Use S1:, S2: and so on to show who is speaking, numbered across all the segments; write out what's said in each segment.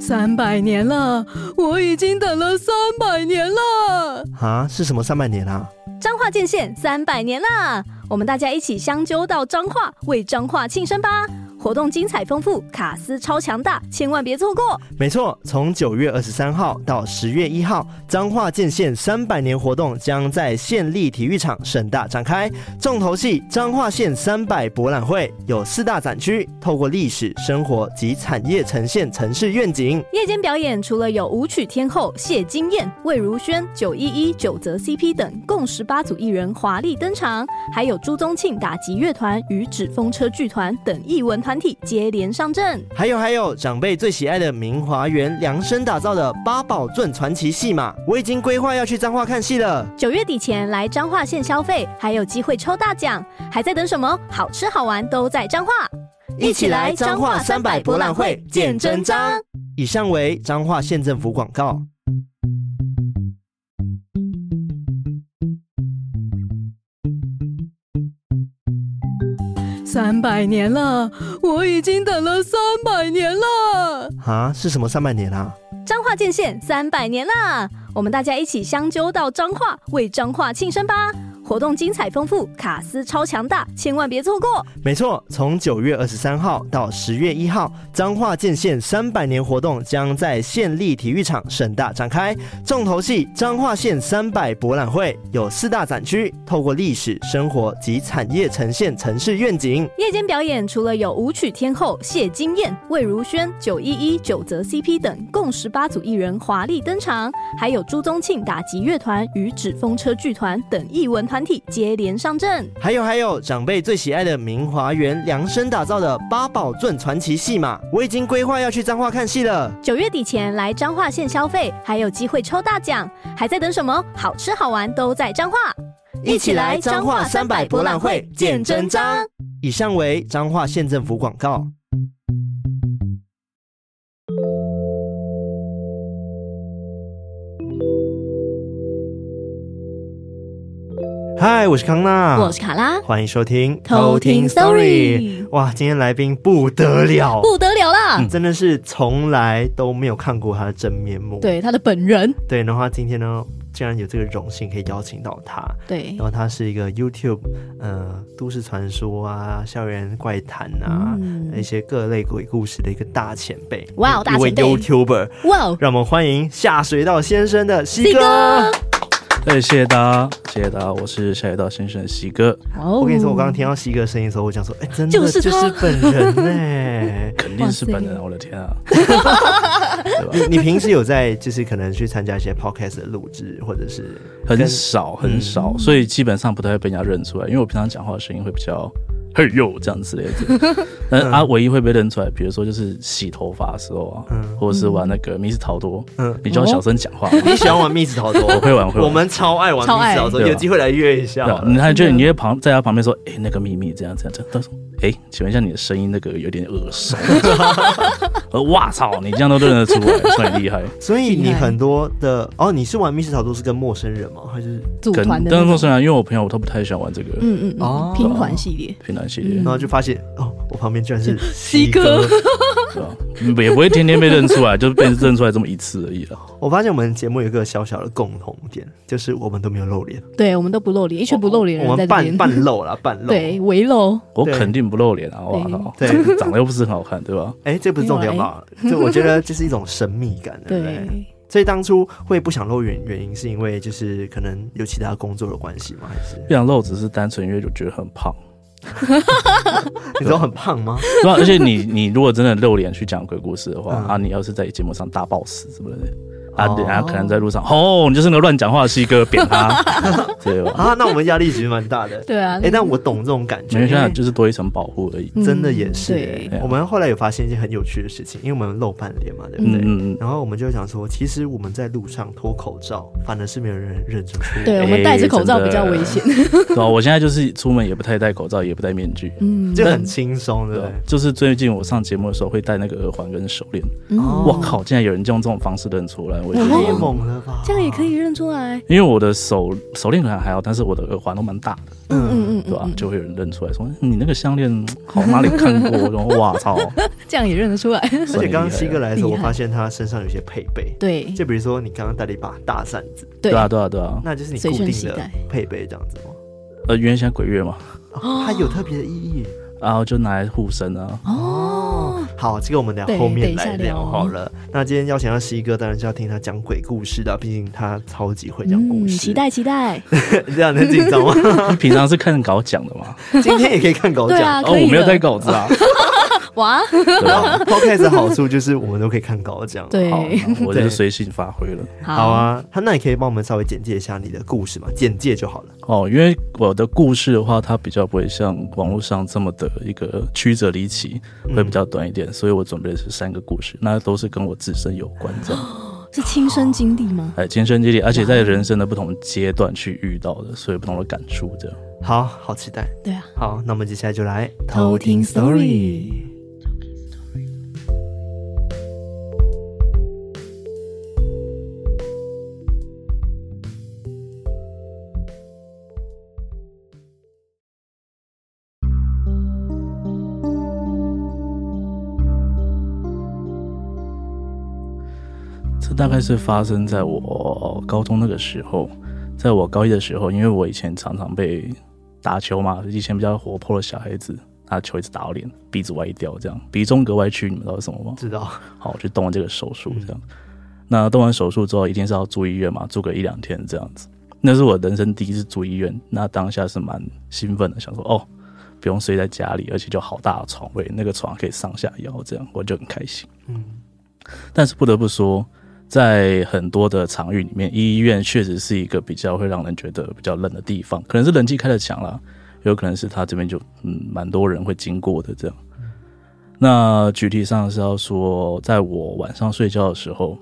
S1: 三百年了，我已经等了三百年了。
S2: 啊，是什么三百年啊？
S3: 彰化建县三百年啦！我们大家一起相揪到彰化，为彰化庆生吧！活动精彩丰富，卡司超强大，千万别错过！
S2: 没错，从九月二十三号到十月一号，彰化建县三百年活动将在县立体育场盛大展开。重头戏彰化县三百博览会有四大展区，透过历史、生活及产业呈现城市愿景。
S3: 夜间表演除了有舞曲天后谢金燕、魏如萱、九一一、九泽 CP 等共十八组艺人华丽登场，还有朱宗庆打击乐团与纸风车剧团等艺文团体接连上阵。
S2: 还有还有，长辈最喜爱的明华园量身打造的八宝镇传奇戏码，我已经规划要去彰化看戏了。
S3: 九月底前来彰化县消费，还有机会抽大奖，还在等什么？好吃好玩都在彰化，
S2: 一起来彰化三百博览会见真章。以上为彰化县政府广告。
S1: 三百年了，我已经等了三百年了。
S2: 啊，是什么三百年啊？
S3: 彰化建县三百年啦！我们大家一起相揪到彰化，为彰化庆生吧！活动精彩丰富，卡司超强大，千万别错过！
S2: 没错，从九月二十三号到十月一号，彰化建县三百年活动将在县立体育场盛大展开。重头戏彰化县三百博览会有四大展区，透过历史、生活及产业呈现城市愿景。
S3: 夜间表演除了有舞曲天后谢金燕、魏如萱、九一一、九泽 CP 等共十八组艺人华丽登场，还有朱宗庆打击乐团与纸风车剧团等艺文团体接连上阵。
S2: 还有还有，长辈最喜爱的明华园量身打造的八宝镇传奇戏码，我已经规划要去彰化看戏了。
S3: 九月底前来彰化县消费，还有机会抽大奖，还在等什么？好吃好玩都在彰化，
S2: 一起来彰化三百博览会啊见真章。以上为彰化县政府广告。嗨，我是康娜，
S3: 我是卡拉，
S2: 欢迎收听
S3: 偷听 Story
S2: 哇，今天来宾不得了，
S3: 不得了啦！
S2: 真的是从来都没有看过他的真面目。
S1: 对他的本人，
S2: 对，然后他今天呢，竟然有这个荣幸可以邀请到他。
S1: 对
S2: 然后他是一个 YouTube，呃，都市传说啊、校园怪谈啊、一些各类鬼故事的一个大前辈，
S3: 嗯哇
S2: 一
S3: 大前
S2: 位
S3: 辈
S2: YouTuber。
S1: 哇哦，
S2: 让我们欢迎下水道先生的西
S3: 西
S2: 哥。
S3: 哥
S4: 哎，谢谢大家，谢谢大家，我是下水道先生喜哥，
S1: 哇哦
S2: 我跟你说，我刚刚听到西哥的声音的时候，我想说，哎、真的
S3: 就是他
S2: 就是本人呢、
S4: 肯定是
S1: 哇塞
S4: 本人，我的天啊！
S2: 你你平时有在就是可能去参加一些 podcast 的录制，或者是
S4: 很少
S2: 嗯
S4: 很少，所以基本上不太会被人家认出来，因为我平常讲话的声音会比较嘿呦这样之类 的。
S2: 嗯
S4: 但是啊，唯一会被认出来，比如说就是洗头发的时候啊，或者是玩那个密室逃脱，
S2: 嗯
S4: 你就要小声讲话。
S2: 你喜欢玩密室逃脱？我
S4: 会玩会
S2: 我
S4: 玩
S2: 们超爱玩
S1: 超
S2: 密
S1: 爱
S2: 室逃脱，
S4: 对啊
S2: 有机会来约一下
S4: 对
S2: 好
S4: 啊
S2: 了。
S4: 你还
S1: 嗯
S4: 觉得你在旁在他旁边说，哎，那个秘密这样这样这样，他说，哎，请问一下你的声音那个有点耳熟， 呃，哇操，你这样都认得出来，算你厉害。
S2: 所以
S1: 厉
S2: 你
S1: 害
S2: 很多的哦，你是玩密室逃脱是跟陌生人吗？还是
S1: 组
S4: 跟
S1: 团的那种，
S4: 但是说虽然，因为我朋友他不太喜欢玩这个
S1: 嗯嗯
S2: 哦
S1: 嗯，拼团系列，
S4: 平台系列，
S2: 然后就发现哦，我旁边居然是
S1: 嗯 西
S2: 哥
S1: 哥。
S4: 对吧？嗯也不会天天被认 出来，就是被认出来这么一次而已啊了。
S2: 我发现我们节目有一个小小的共同点，就是我们都没有露脸，
S1: 对我们都不露脸，一群不露脸的
S2: 我
S1: 人在
S2: 们
S1: 这
S2: 半
S1: 边，
S2: 半露啦，半露。
S1: 对，围露，
S4: 我
S2: 对
S4: 肯定不露脸啊！哇靠，
S2: 对
S4: 长长得又不是很好看，对吧？
S2: 哎、这不是重点吧？这我觉得这是一种神秘感，对不对？
S1: 对，
S2: 所以当初会不想露原原因是因为就是可能有其他工作的关系吗？还是
S4: 不想露，只是单纯因为就觉得很 胖。
S2: 你都很胖吗？
S4: 对啊、而且你你如果真的露脸去讲鬼故事的话、
S2: 嗯
S4: 啊，你要是在节目上大暴死什么的，啊，
S2: 哦
S4: 等下可能在路上哦，你就是那个乱讲话的西哥，扁 他，对吧？
S2: 啊，那我们压力其实蛮大的。
S1: 对啊
S2: 哎、，但我懂这种感
S4: 没啊
S2: 觉，
S4: 有，现
S2: 因
S4: 在
S2: 为
S4: 就是多一层保护而已。
S1: 嗯
S2: 真的也是、
S1: 对
S2: 哎我们后来有发现一件很有趣的事情，因为我们露半脸嘛，对不对？
S4: 嗯嗯嗯
S2: 然后我们就想说，其实我们在路上脱口罩，反而是没有人认出去。
S1: 对我们戴着口罩
S4: 哎
S1: 比较危险。
S4: 对啊吧、我现在就是出门也不太戴口罩，也不戴面具。
S1: 嗯，
S2: 就很轻松，对
S4: 对
S2: 不
S4: 吧
S2: 对？
S4: 就是最近我上节目的时候会戴那个耳环跟手链，
S1: 嗯
S2: 哦
S4: 我、靠，竟然有人用这种方式认出来，我觉
S1: 哇
S2: 太
S4: 得，
S2: 猛了吧！
S3: 这样也可以认出来。
S4: 因为我的手手链可能还好，但是我的耳环都蛮大的，
S3: 嗯嗯嗯
S1: 啊
S4: 对吧、
S3: 嗯，
S4: 就会有人认出来说嗯你那个项链好哪里看过，然后哇 操，
S1: 这样也认得出来。
S2: 而且刚刚西哥来的时候，
S1: 厉
S2: 我
S1: 害
S2: 发现他身上有些配备，
S1: 对
S2: 就比如说你刚刚带了一把大扇子，
S4: 对啊，对啊，对啊。
S2: 那就是你固
S1: 随身
S2: 定
S1: 携
S2: 的
S1: 带
S2: 配备这样子吗？
S4: 呃，原先鬼月嘛，
S2: 哦它有特别的意义
S4: 然后就拿来护身啊。
S2: 哦。好，这个我们等
S1: 对
S2: 后面
S1: 等一下
S2: 来聊
S1: 聊
S2: 好了。那今天邀请到西哥，当然是要听他讲鬼故事的，毕竟他超级会讲故
S3: 嗯，
S2: 事。
S3: 期待期 待。
S2: 这样能紧 张吗？
S4: 你平常是看稿讲的嘛？
S2: 今天也可以看稿
S3: 对
S2: 讲。
S3: 啊，
S4: 哦，
S3: 可以
S4: 我没有
S3: 的
S4: 带稿 子啊。
S3: 哇，
S4: 对
S2: 然
S4: 啊
S2: 后 podcast 的好处就是我们都可以看稿讲。
S1: 对
S4: 好，那我
S2: 对
S4: 就随性发挥了。
S2: 好，啊，他那你可以帮我们稍微简介一下你的故事嘛？简介就好了。
S4: 哦，因为我的故事的话，它比较不会像网络上这么的一个曲折离奇，会比较短一点，所以我准备的是三个故事，那都是跟我自身有关这样，
S3: 是亲身经历吗？
S4: 哎，亲身经历，而且在人生的不同阶段去遇到的，所以不同的感触这样。
S2: 好好期待。
S3: 对啊，
S2: 好，那我们接下来就来
S3: 偷听 story。
S4: 这大概是发生在我高中那个时候，在我高一的时候，因为我以前常常被打球嘛，以前比较活泼的小孩子，拿球一直打我脸，鼻子歪掉这样，鼻中隔歪曲，你们知道是什么吗？
S2: 知道，
S4: 好，去动了这个手术这样。那动完手术之后，一定是要住医院嘛，住个一两天这样子。那是我人生第一次住医院，那当下是蛮兴奋的，想说哦，不用睡在家里，而且就好大的床位，那个床可以上下摇，这样我就很开心。
S2: 嗯，
S4: 但是不得不说，在很多的场域里面，医院确实是一个比较会让人觉得比较冷的地方，可能是人气开的强啦，有可能是他这边就嗯蛮多人会经过的这样。那具体上是要说，在我晚上睡觉的时候，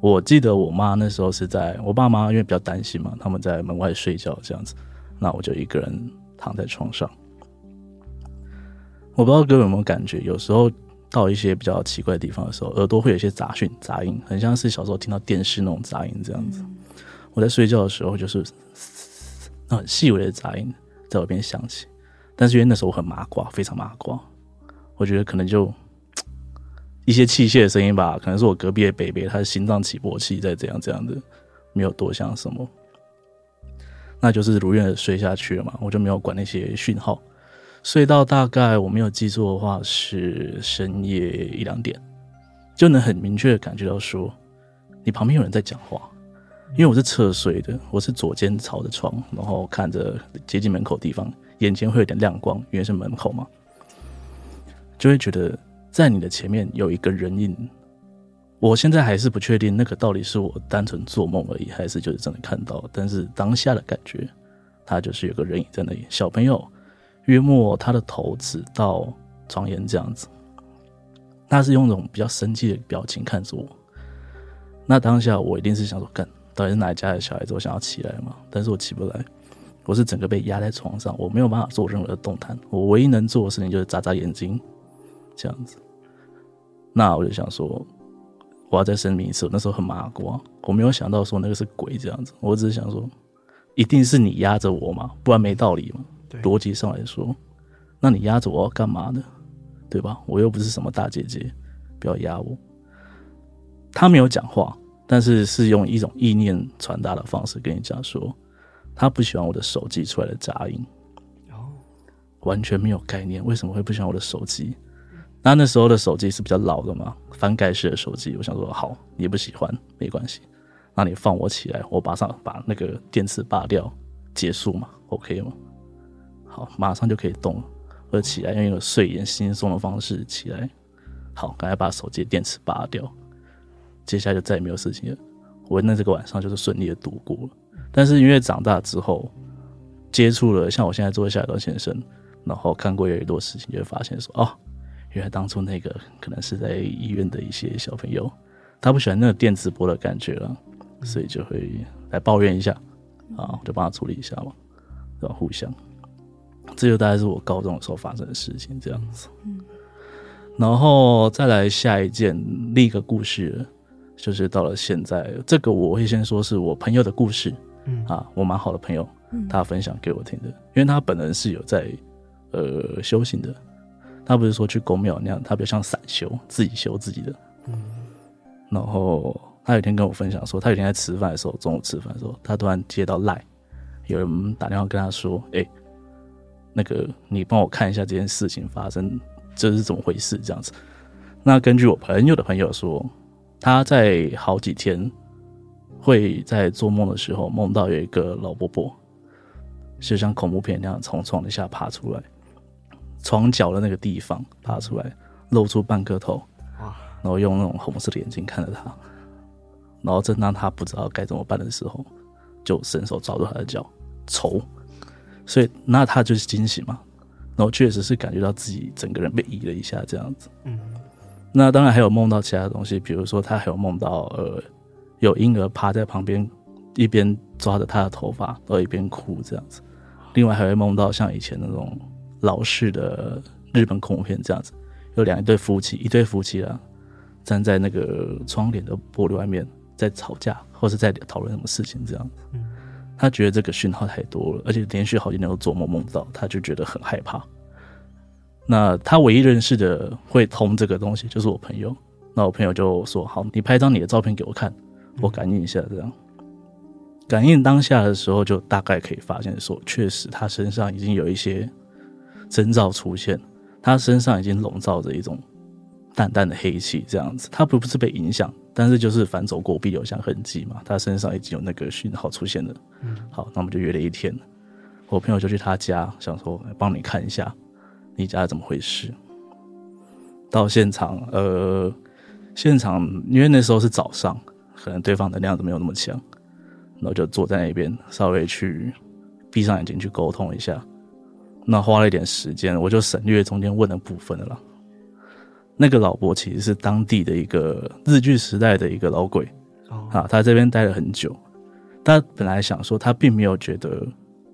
S4: 我记得我妈那时候是在我爸妈，因为比较担心嘛，他们在门外睡觉这样子，那我就一个人躺在床上。我不知道各位有没有感觉，有时候到一些比较奇怪的地方的时候，耳朵会有一些杂讯、杂音，很像是小时候听到电视那种杂音这样子。我在睡觉的时候，就是那很细微的杂音在耳边响起，但是因为那时候我很麻瓜，非常麻瓜，我觉得可能就一些器械的声音吧，可能是我隔壁的北北他的心脏起搏器在怎样怎样的，没有多想什么。那就是如愿的睡下去了嘛，我就没有管那些讯号。睡到大概我没有记错的话是深夜一两点，就能很明确的感觉到说，你旁边有人在讲话。因为我是侧睡的，我是左肩朝着床，然后看着接近门口地方，眼前会有点亮光，因为是门口嘛，就会觉得在你的前面有一个人影。我现在还是不确定那个到底是我单纯做梦而已，还是就是真的看到，但是当下的感觉，他就是有个人影在那里，小朋友，约莫他的头只到床沿这样子。他是用那种比较生气的表情看着我。那当下我一定是想说，干，到底是哪一家的小孩子？我想要起来嘛，但是我起不来，我是整个被压在床上，我没有办法做任何的动弹，我唯一能做的事情就是眨眨眼睛，这样子。那我就想说，我要再声明一次，我那时候很麻瓜，我没有想到说那个是鬼这样子，我只是想说，一定是你压着我嘛，不然没道理嘛。
S2: 对
S4: 逻辑上来说，那你压着我要干嘛呢？对吧？我又不是什么大姐姐，不要压我。他没有讲话，但是是用一种意念传达的方式跟你讲说，他不喜欢我的手机出来的杂音，完全没有概念，为什么会不喜欢我的手机？那那时候的手机是比较老的嘛，翻盖式的手机，我想说好，你不喜欢没关系，那你放我起来，我马上把那个电池拔掉，结束嘛，OK 吗？好，马上就可以动了，我就起来，用一个睡眼惺忪的方式起来，好，赶快把手机的电池拔掉，接下来就再也没有事情了。我那这个晚上就是顺利的度过了，但是因为长大之后接触了像我现在做下一段先生，然后看过越来越多事情，就会发现说哦，原来当初那个可能是在医院的一些小朋友，他不喜欢那个电直播的感觉了，所以就会来抱怨一下，啊，我就帮他处理一下嘛，然后互相，这就大概是我高中的时候发生的事情这样子。然后再来下一件另一个故事了，就是到了现在，这个我会先说是我朋友的故事
S2: 嗯
S4: 啊，我蛮好的朋友，他分享给我听的，因为他本人是有在呃修行的，他不是说去公庙那样，他比较像散修，自己修自己的。然后他有一天跟我分享说，他有一天在吃饭的时候，中午吃饭的时候，他突然接到赖有人打电话跟他说：“哎、那个你帮我看一下这件事情发生这是怎么回事？”这样子。那根据我朋友的朋友说，他在好几天会在做梦的时候梦到有一个老伯伯，就像恐怖片那样从床底下爬出来，床角的那个地方爬出来，露出半个头，
S2: 哇
S4: 然后用那种红色的眼睛看着他，然后正当他不知道该怎么办的时候，就伸手抓住他的脚，抽，所以那他就是惊喜嘛，然后确实是感觉到自己整个人被移了一下这样子。那当然还有梦到其他的东西，比如说他还有梦到呃，有婴儿趴在旁边，一边抓着他的头发，然后一边哭这样子。另外还会梦到像以前那种老式的日本恐怖片这样子，有两对夫妻，一对夫妻啊，站在那个窗帘的玻璃外面在吵架，或是在讨论什么事情这样子。他觉得这个讯号太多了，而且连续好几天都做梦梦到，他就觉得很害怕。那他唯一认识的会通这个东西就是我朋友。那我朋友就说：“好，你拍张你的照片给我看，我感应一下。”这样，感应当下的时候，就大概可以发现说，确实他身上已经有一些征兆出现，他身上已经笼罩着一种淡淡的黑气，这样子。他不是被影响，但是就是反走过必留下痕迹嘛，他身上已经有那个讯号出现了。好，那我们就约了一天，我朋友就去他家，想说哎帮你看一下。你家怎么回事？到现场，呃，现场因为那时候是早上，可能对方能量都没有那么强，然后就坐在那边稍微去闭上眼睛去沟通一下。那花了一点时间，我就省略中间问的部分了啦。那个老伯其实是当地的一个日据时代的一个老鬼，
S2: 哦
S4: 啊，他这边待了很久。他本来想说，他并没有觉得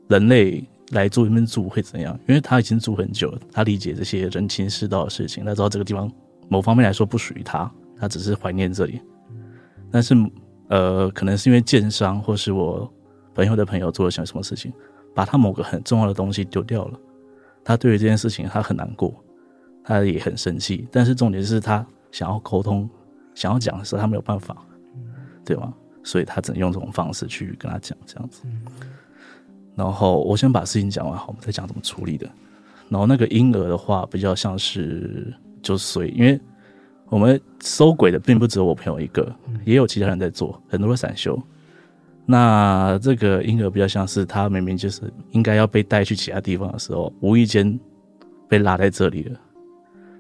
S4: 人类来住这边住会怎样，因为他已经住很久了，他理解这些人情世道的事情，他知道这个地方某方面来说不属于他，他只是怀念这里。但是，呃，可能是因为建商或是我朋友的朋友做了些什么事情，把他某个很重要的东西丢掉了，他对于这件事情他很难过，他也很生气。但是重点是他想要沟通，想要讲的时候他没有办法，对吗？所以他只能用这种方式去跟他讲这样子。然后我先把事情讲完，好，我们再讲怎么处理的。然后那个婴儿的话，比较像是就随，因为我们收鬼的并不只有我朋友一个，也有其他人在做，很多的散修。那这个婴儿比较像是他明明就是应该要被带去其他地方的时候，无意间被拉在这里了。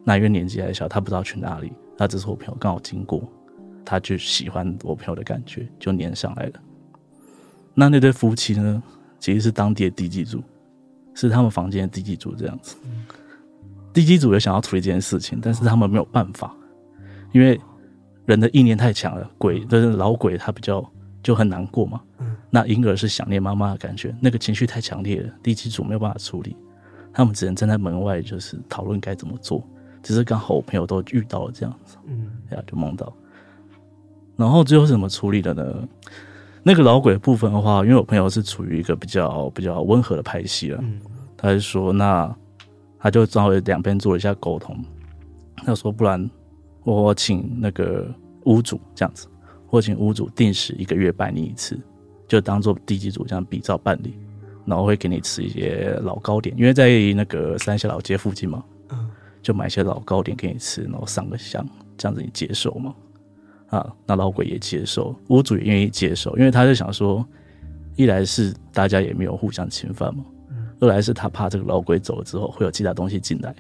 S4: 那因为年纪还小，他不知道去哪里，那只是我朋友刚好经过，他就喜欢我朋友的感觉，就粘上来了。那那对夫妻呢，其实是当地的地基组，是他们房间的地基组这样子。地基组也想要处理这件事情，但是他们没有办法，因为人的意念太强了，鬼就是老鬼他比较就很难过嘛。那婴儿是想念妈妈的感觉，那个情绪太强烈了，地基组没有办法处理，他们只能站在门外就是讨论该怎么做。只是刚好我朋友都遇到了这样子，
S2: 嗯
S4: 然后哎就梦到。然后最后是怎么处理的呢？那个老鬼的部分的话，因为我朋友是处于一个比较比较温和的派系了，
S2: 嗯
S4: 他就说那他就稍微两边做了一下沟通，他说不然我请那个屋主这样子，我请屋主定时一个月拜你一次，就当做地基组这样比照办理，然后会给你吃一些老糕点，因为在那个三峡老街附近嘛，
S2: 嗯
S4: 就买一些老糕点给你吃，然后上个香，这样子你接受吗？啊，那老鬼也接受，屋主也愿意接受，因为他就想说，一来是大家也没有互相侵犯嘛，二来是他怕这个老鬼走了之后会有其他东西进来，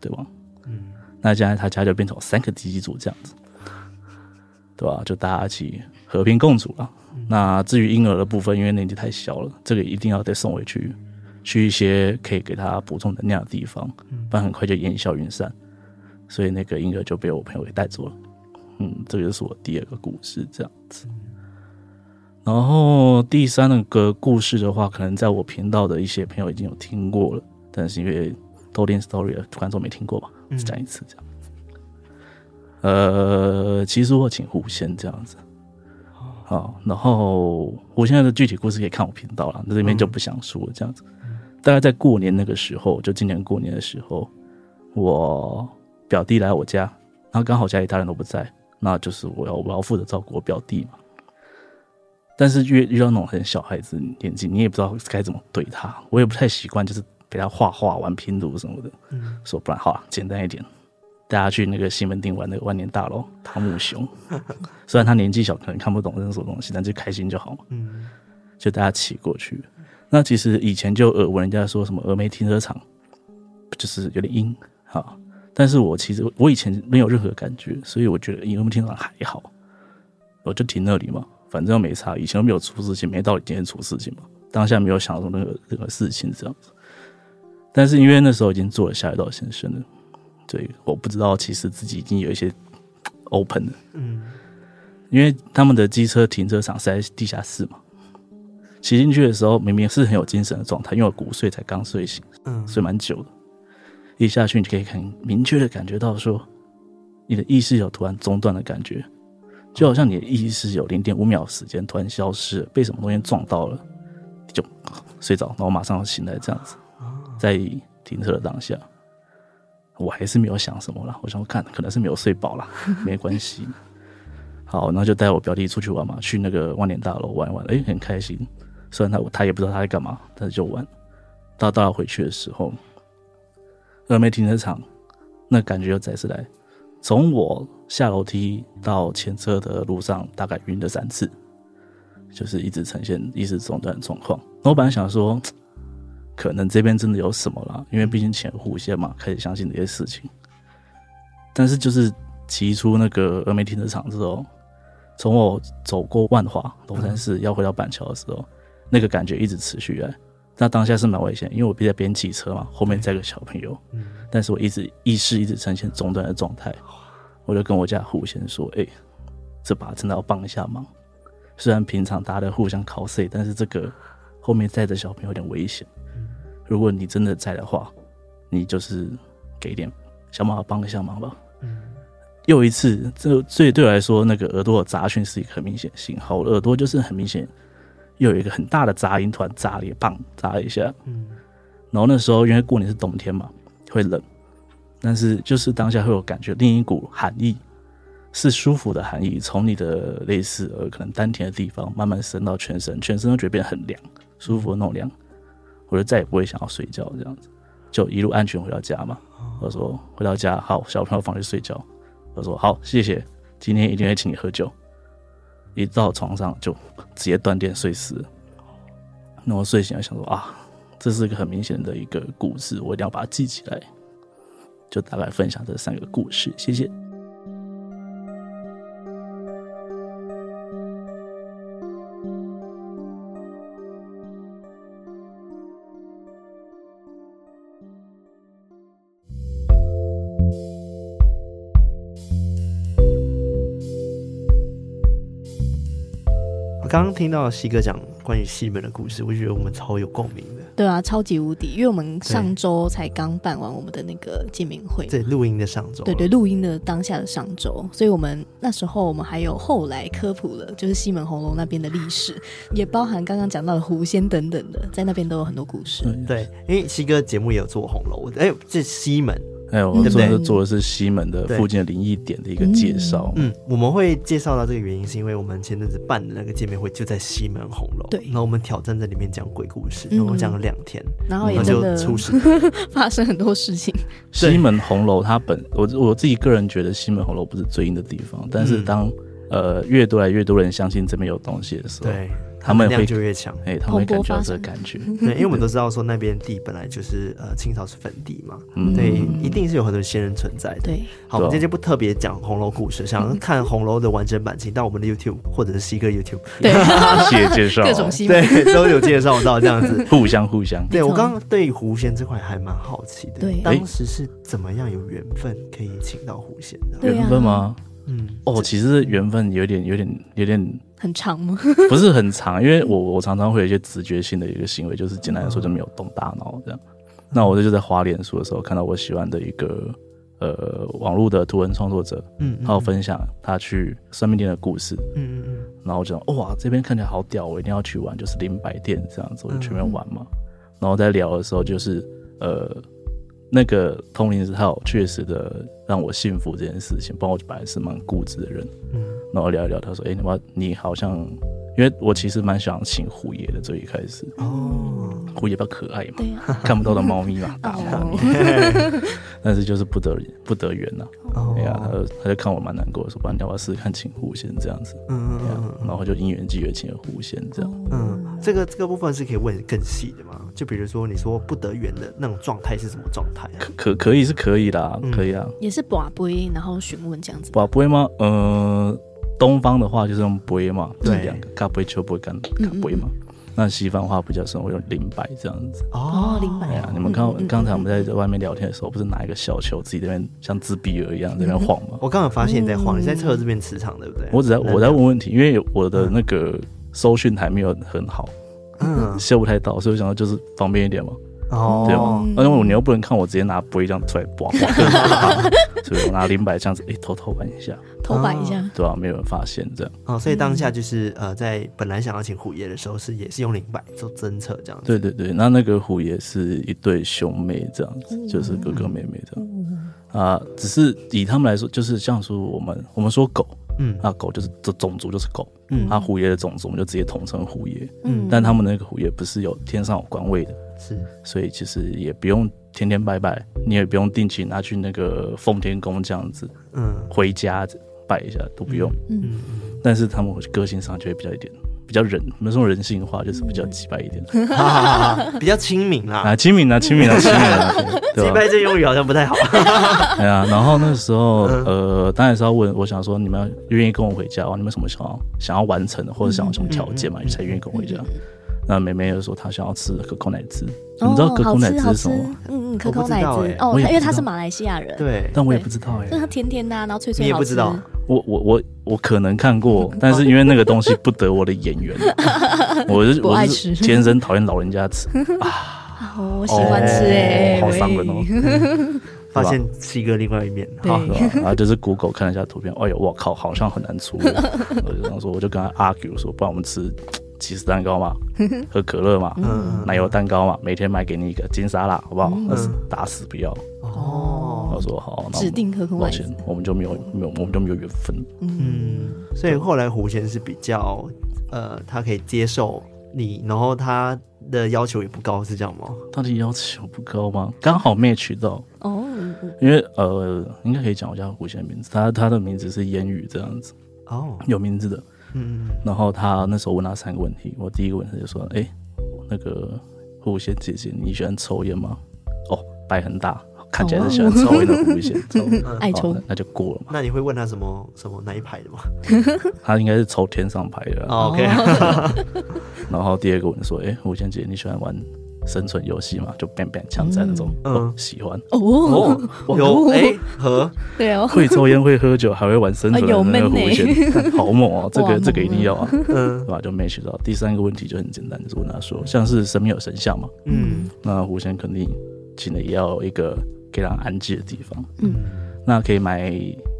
S4: 对吧？
S2: 嗯
S4: 那现在他家就变成三个机组这样子，对吧？就大家一起和平共处了。那至于婴儿的部分，因为年纪太小了，这个一定要得送回去，去一些可以给他补充能量的地方，不然很快就烟消云散。所以那个婴儿就被我朋友给带走了。嗯，这个就是我第二个故事这样子。然后第三个故事的话，可能在我频道的一些朋友已经有听过了，但是因为偷听 story 的观众没听过吧，
S2: 嗯
S4: 再讲一次这样。呃，其实我请狐仙这样子，好，然后我现在的具体故事可以看我频道了，那这边就不想说了这样子。大概在过年那个时候，就今年过年的时候，我表弟来我家，然后刚好家里大人都不在，那就是我要我要负责照顾我表弟嘛。但是遇遇到那种很小孩子年纪，你也不知道该怎么对他，我也不太习惯，就是陪他画画、玩拼图什么的。
S2: 嗯
S4: 说不然好啊，简单一点，带他去那个西门町玩那个万年大楼汤姆熊。虽然他年纪小，可能看不懂这是什么东西，但就开心就好嘛。
S2: 嗯
S4: 就大家骑过去。那其实以前就耳闻人家说什么峨眉停车场，就是有点阴啊。但是我其实我以前没有任何感觉，所以我觉得峨眉停车场还好，我就停那里嘛，反正没差。以前都没有出事情，没道理今天出事情嘛。当下没有想到那个那个事情这样子，但是因为那时候已经做了下一道先生了，对，我不知道其实自己已经有一些 open 了，
S2: 嗯
S4: 因为他们的机车停车场是在地下室嘛。骑进去的时候，明明是很有精神的状态，因为我骨碎才刚睡醒，
S2: 嗯，
S4: 睡蛮久的。一下去，你可以很明确的感觉到说，你的意识有突然中断的感觉，就好像你的意识有零点五秒时间突然消失了，被什么东西撞到了，就睡着，然后马上要醒来这样子。在停车的当下，我还是没有想什么啦，我想看可能是没有睡饱啦，没关系。好，然后就带我表弟出去玩嘛，去那个万年大楼玩一玩，诶，很开心。虽然他他也不知道他在干嘛，但是就玩。到到了回去的时候，峨眉停车场那感觉又再次来。从我下楼梯到前车的路上，大概晕了三次，就是一直呈现意识中断的状况。然后我本来想说，嘖可能这边真的有什么啦，因为毕竟前户线嘛，开始相信这些事情。但是就是骑出那个峨眉停车场之后，从我走过万华龙山寺要回到板桥的时候，那个感觉一直持续来。那当下是蛮危险，因为我边在边骑车嘛，后面载个小朋友，
S2: 嗯
S4: 但是我一直意识一直呈现中断的状态，我就跟我家狐仙说：“哎、这把真的要帮一下忙。虽然平常大家都互相 cos，但是这个后面载着小朋友有点危险。如果你真的在的话，你就是给一点想办法帮一下忙吧。”
S2: 嗯
S4: 又一次，这这对我来说，那个耳朵的杂讯是一个很明显的信号。我的耳朵就是很明显又有一个很大的杂音团炸裂，棒炸了一下。
S2: 嗯
S4: 然后那时候因为过年是冬天嘛，会冷，但是就是当下会有感觉另一股寒意，是舒服的寒意，从你的类似呃可能丹田的地方慢慢升到全身，全身都觉得变得很凉，舒服的那种凉。我就再也不会想要睡觉这样子，就一路安全回到家嘛。我说回到家好，小朋友放去睡觉。我说好，谢谢，今天一定会请你喝酒。一到床上就直接断电睡死了。那我睡醒了想说啊，这是一个很明显的一个故事，我一定要把它记起来。就大概分享这三个故事，谢谢。
S2: 我刚刚听到西哥讲关于西门的故事，我觉得我们超有共鸣的。
S1: 对啊，超级无敌，因为我们上周才刚办完我们的那个见面会，
S2: 在录音的上周，
S1: 对对，录音的当下的上周，所以我们那时候我们还有后来科普了，就是西门红楼那边的历史，也包含刚刚讲到的狐仙等等的，在那边都有很多故事。
S2: 对，因为西哥节目也有做红楼，哎、这西门
S4: 哎、我们
S2: 对不
S4: 做
S2: 对
S4: 的做的是西门的
S2: 对
S4: 附近的灵异点的一个介绍。
S2: 嗯，我们会介绍到这个原因，是因为我们前阵子办的那个见面会就在西门红楼，
S1: 对
S2: 那我们挑战在里面讲鬼故事，
S1: 嗯
S2: 然后讲了两天，
S1: 然后
S2: 然后
S1: 也真
S2: 就出
S1: 的
S2: 事，
S1: 发生很多事情。
S4: 西门红楼它本我我自己个人觉得西门红楼不是最阴的地方，但是
S2: 嗯
S4: 当、呃越多来越多人相信这边有东西的时候，
S2: 对，
S4: 他们
S2: 能
S4: 也会
S2: 量就越强。
S4: 哎、他们会
S1: 蓬勃
S4: 感觉到
S1: 发
S4: 这个
S1: 展
S4: 感觉，
S2: 对，因为我们都知道说那边地本来就是呃清朝是坟地嘛，
S4: 嗯，啊
S2: 对，一定是有很多先人存在的。
S1: 对，
S2: 好，我们今天就不特别讲红楼故事，想要看红楼的完整版，请到我们的 YouTube 或者是西 哥 YouTube，
S1: 对，
S4: 谢谢介 绍，
S1: 各种西门，
S2: 对，都有介绍到这 样子。
S4: 互相互相，
S2: 对
S1: 没错
S2: 我刚刚对狐仙这块还蛮好奇的，
S4: 哎
S1: 对
S2: 当时是怎么样有缘分可以请到狐仙的？
S1: 对啊
S4: 缘分吗？
S2: 嗯，
S4: 哦，其实缘分有点、有点、有点
S1: 很长吗？
S4: 不是很长，因为我我常常会有一些直觉性的一个行为，就是简单来说就没有动大脑这样。那我就在滑脸书的时候看到我喜欢的一个呃网络的图文创作者，
S2: 嗯，
S4: 他有分享他去算命店的故事，
S2: 嗯嗯嗯
S4: 然后我就想哇这边看起来好屌，我一定要去玩，就是零白店这样子，我就去那边玩嘛。然后在聊的时候就是呃那个通灵师他有确实的让我信服这件事情，不然我本来是蛮固执的人。
S2: 嗯
S4: 然后聊一聊，他说：“哎、你要你好像，因为我其实蛮想请虎爷的，最一开始
S2: 嗯，哦，
S4: 虎爷比较可爱 嘛，
S1: 对呀，
S4: 看不到的猫咪嘛，大猫咪，
S1: 哦，
S4: 但是就是不得不得缘呐、
S2: 哦，
S4: 哎呀、他就他就看我蛮难过的，说：“不然你要不要试试看请狐仙这样子？”
S2: 嗯
S4: 对啊
S2: 嗯，
S4: 然后就因缘际会请了狐仙这
S1: 啊
S4: 样。
S2: 嗯，这个这个部分是可以问更细的嘛？就比如说你说不得缘的那种状态是什么状态啊？
S4: 可可可以是可以啦，
S2: 嗯
S4: 可以啊。
S1: 也是寡杯，然后询问这样子。
S4: 把杯吗？呃，东方的话就是用杯嘛，
S2: 对嗯
S4: 就是两个咖杯、球杯跟咖杯嘛。那西方的话比较生活用灵摆这样子。
S1: 哦，明白
S4: 哎呀，你们刚刚才我们在外面聊天的时候，不是拿一个小球自己在那边像自闭儿一样在那边晃吗？
S2: 我刚刚有发现你在晃，你在测这边磁场对不对？
S4: 我只在我在
S2: 那，
S4: 问问题，因为我的那个搜讯还没有很好，
S2: 嗯，
S4: 搜不太到，所以我想到就是方便一点嘛，
S2: 哦，
S4: 对啊吗？
S1: 嗯
S4: 而且我你又不能看我直接拿杯这样出来刮刮，更可怕所以我拿零摆这样子，哎，偷偷玩一下，
S1: 头摆一下，
S4: 对吧？啊没有人发现这样，
S2: 哦，所以当下就是呃，在本来想要请虎爷的时候，是也是用零百做侦测这样子。
S4: 对对对。那那个虎爷是一对兄妹这样子，就是哥哥妹妹这样。啊，只是以他们来说，就是像说我们我们说狗，
S2: 嗯
S4: 那狗就是这种族就是狗，
S2: 嗯
S4: 啊，虎爷的种族我们就直接统称虎爷，
S1: 嗯，
S4: 但他们那个虎爷不是有天上有官位的，
S2: 是
S4: 所以其实也不用天天拜拜，你也不用定期拿去那个奉天宫这样子
S2: 嗯
S4: 回家拜一下都不用，
S2: 嗯
S4: 但是他们个性上就会比较一点。比较人，我们说人性化就是比较鸡掰一点
S2: 嗯，哈哈哈哈比较亲民啦
S4: 啊，。亲民啊，亲民啊，亲民啊，
S2: 击
S4: 对吧？
S2: 败这用语好像不太 好。
S4: 哎呀，然后那时候，
S1: 嗯
S4: 呃，当然是要问，我想说你们愿意跟我回家吗？你们有什么想要想要完成的，或者想要什么条件嘛，
S1: 嗯
S4: 你才愿意跟我回家？那妹妹就说她想要吃可口奶
S1: 哦
S4: 汁，你们知道可口奶汁是什么吗？？
S1: 嗯嗯，可口奶汁哦，因为他是马来西亚人，，
S2: 哎对，
S4: 但我也不知道哎、
S1: 就是它甜甜的，然后脆脆，
S2: 你也不知道，
S4: 我我我我可能 看过，但是因为那个东西不得我的眼缘，我是
S1: 不
S4: 我
S1: 爱
S4: 是
S1: 吃
S4: 天生讨厌老人家吃，
S1: 哦
S4: 哦
S1: 我 喜欢吃哎，
S4: 好伤人哦，
S2: 发现西哥另外一面。
S1: 对
S2: 好，
S4: 对吧？然后就是谷歌看了一下图片，哎呦，我靠，好像很难出。我就这样 说，我就跟他 argue 说，不然我们吃起司蛋糕嘛，喝可乐嘛，
S2: 嗯
S4: 奶油蛋糕嘛，每天买给你一个金沙拉，好不好？那是打死不要。
S2: 哦，
S4: 他说好，那我们
S1: 指定可口
S4: 抱
S1: 奶汁
S4: 歉，我们就没有没有我们就没有缘分。
S2: 嗯，所以后来胡先是比较呃，他可以接受你，然后他的要求也不高，是这样吗？
S4: 他的要求不高吗？刚好 match 到，
S1: 哦，
S4: 因为呃，应该可以讲一下胡先的名字，他他的名字是烟雨这样子，
S2: 哦，
S4: 有名字的。
S2: 嗯，
S4: 然后他那时候问他三个问题，我第一个问题就说：“哎、那个狐仙姐姐，你喜欢抽烟吗？”哦，白很大，看起来是喜欢抽烟的狐仙，抽烟
S1: 爱抽
S4: 哦那那就过了嘛。
S2: 嗯那你会问他什么什么哪一排的吗
S4: 他应该是抽天上牌的啊、
S2: 哦？OK，
S4: 然后第二个问说：“哎、狐仙姐，你喜欢玩生存游戏吗？就 bang bang 枪战那种？”
S2: 嗯
S4: 哦，喜欢。
S1: 哦，
S4: 哇
S2: 有哎和
S1: 对哦，
S4: 会抽烟、会喝酒，还会玩生存
S1: 哎有
S4: 的那个
S1: 闷
S4: 狐
S1: 呢
S4: 仙，看 好猛哦！这
S1: 哇欸
S4: 个这个一定要啊，
S2: 嗯
S4: 对吧？就 match 到。第三个问题就很简单，就是问他说：“像是神明有神像嘛？”
S2: 嗯
S4: 那狐仙肯定请的也要有一个可以让他安置的地方。
S2: 嗯
S4: 那可以买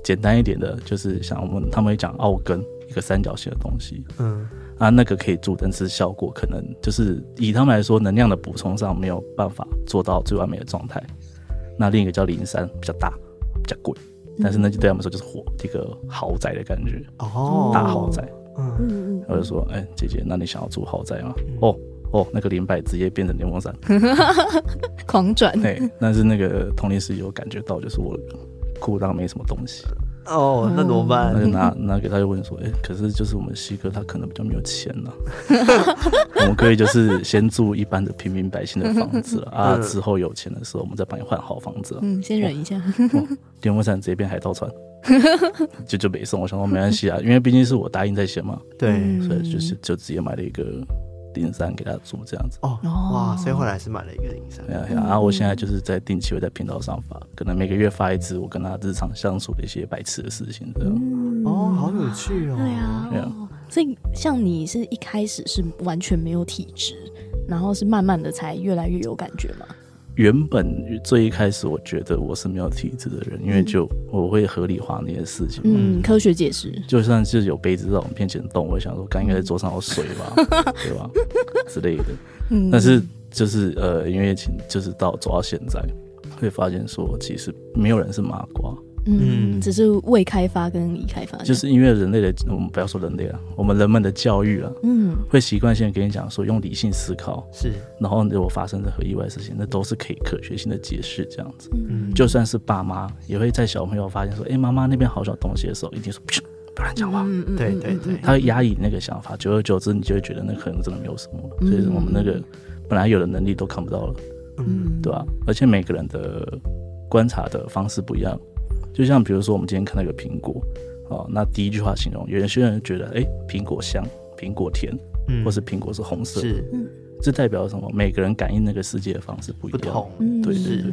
S4: 简单一点的，就是像我们他们会讲奥根，一个三角形的东西
S2: 嗯
S4: 啊，那个可以助，但是效果可能就是以他们来说，能量的补充上没有办法做到最完美的状态。那另一个叫零三，比较大，比较贵，
S2: 嗯
S4: 但是呢，就对他们说就是火一个豪宅的感觉，
S2: 哦，
S4: 大豪宅。
S2: 嗯，
S1: 嗯嗯，
S4: 我就说，哎、姐姐，那你想要住豪宅吗？哦哦，那个零百直接变成电风扇。
S1: 狂转，
S4: 哎、但是那个同龄时有感觉到，就是我裤裆没什么东西，
S2: 哦，那怎么办
S4: 那？就拿拿给他就问说，哎、可是就是我们西哥他可能比较没有钱呢、我们可以就是先住一般的平民百姓的房子了啊，之后有钱的时候我们再帮你换好房子啊。
S1: 嗯，先忍一下，
S4: 哦电风扇直接变海盗船，就就没送。我想说没关系啊，因为毕竟是我答应在先嘛，
S2: 对，
S4: 所
S1: 嗯
S4: 以就是就直接买了一个零三给他住这样子。
S2: 哦，哇，所以后来是买了一个零三
S4: 对，啊，对啊然后我现在就是在定期会在频道上发，可能每个月发一支我跟他日常相处的一些白痴的事情这样。
S2: 哦，好有趣哦，
S1: 对，啊
S4: 对啊，
S1: 哦所以像你是一开始是完全没有体质，然后是慢慢的才越来越有感觉嘛。
S4: 原本最一开始我觉得我是没有体质的人，因为就我会合理化那些事情嘛。
S1: 嗯，科学解释，
S4: 就算是有杯子在我们面前动，我也想说，该应该在桌上有水吧，对吧之类的。但是就是呃，因为请就是到走到现在，会发现说，其实没有人是麻瓜，
S1: 嗯，
S2: 嗯
S1: 只是未开发跟已开发，
S4: 就是因为人类的，我们不要说人类了，我们人们的教育啊，
S1: 嗯，
S4: 会习惯性地跟你讲说，用理性思考，
S2: 是，
S4: 然后如果发生任何意外的事情，那都是可以科学性的解释这样子。
S2: 嗯
S4: 就算是爸妈，也会在小朋友发现说，哎、妈妈那边好小东西的时候，一定说，噗不要乱讲话。
S1: 嗯嗯，
S2: 对
S1: 嗯
S2: 对对，
S4: 他会压抑那个想法，久而久之，你就会觉得那可能真的没有什么了。所以我们那个本来有的能力都看不到了，
S2: 嗯，
S4: 对吧、啊而且每个人的观察的方式不一样，就像比如说我们今天看到一个苹果，哦，那第一句话形容，有些人觉得哎，诶苹果香，苹果甜，
S2: 嗯
S4: 或是苹果是红色的，
S2: 是
S4: 这代表什么？每个人感应那个世界的方式不一
S2: 不
S4: 样，
S2: 同，
S1: 嗯
S4: 对
S2: 是
S4: 对对，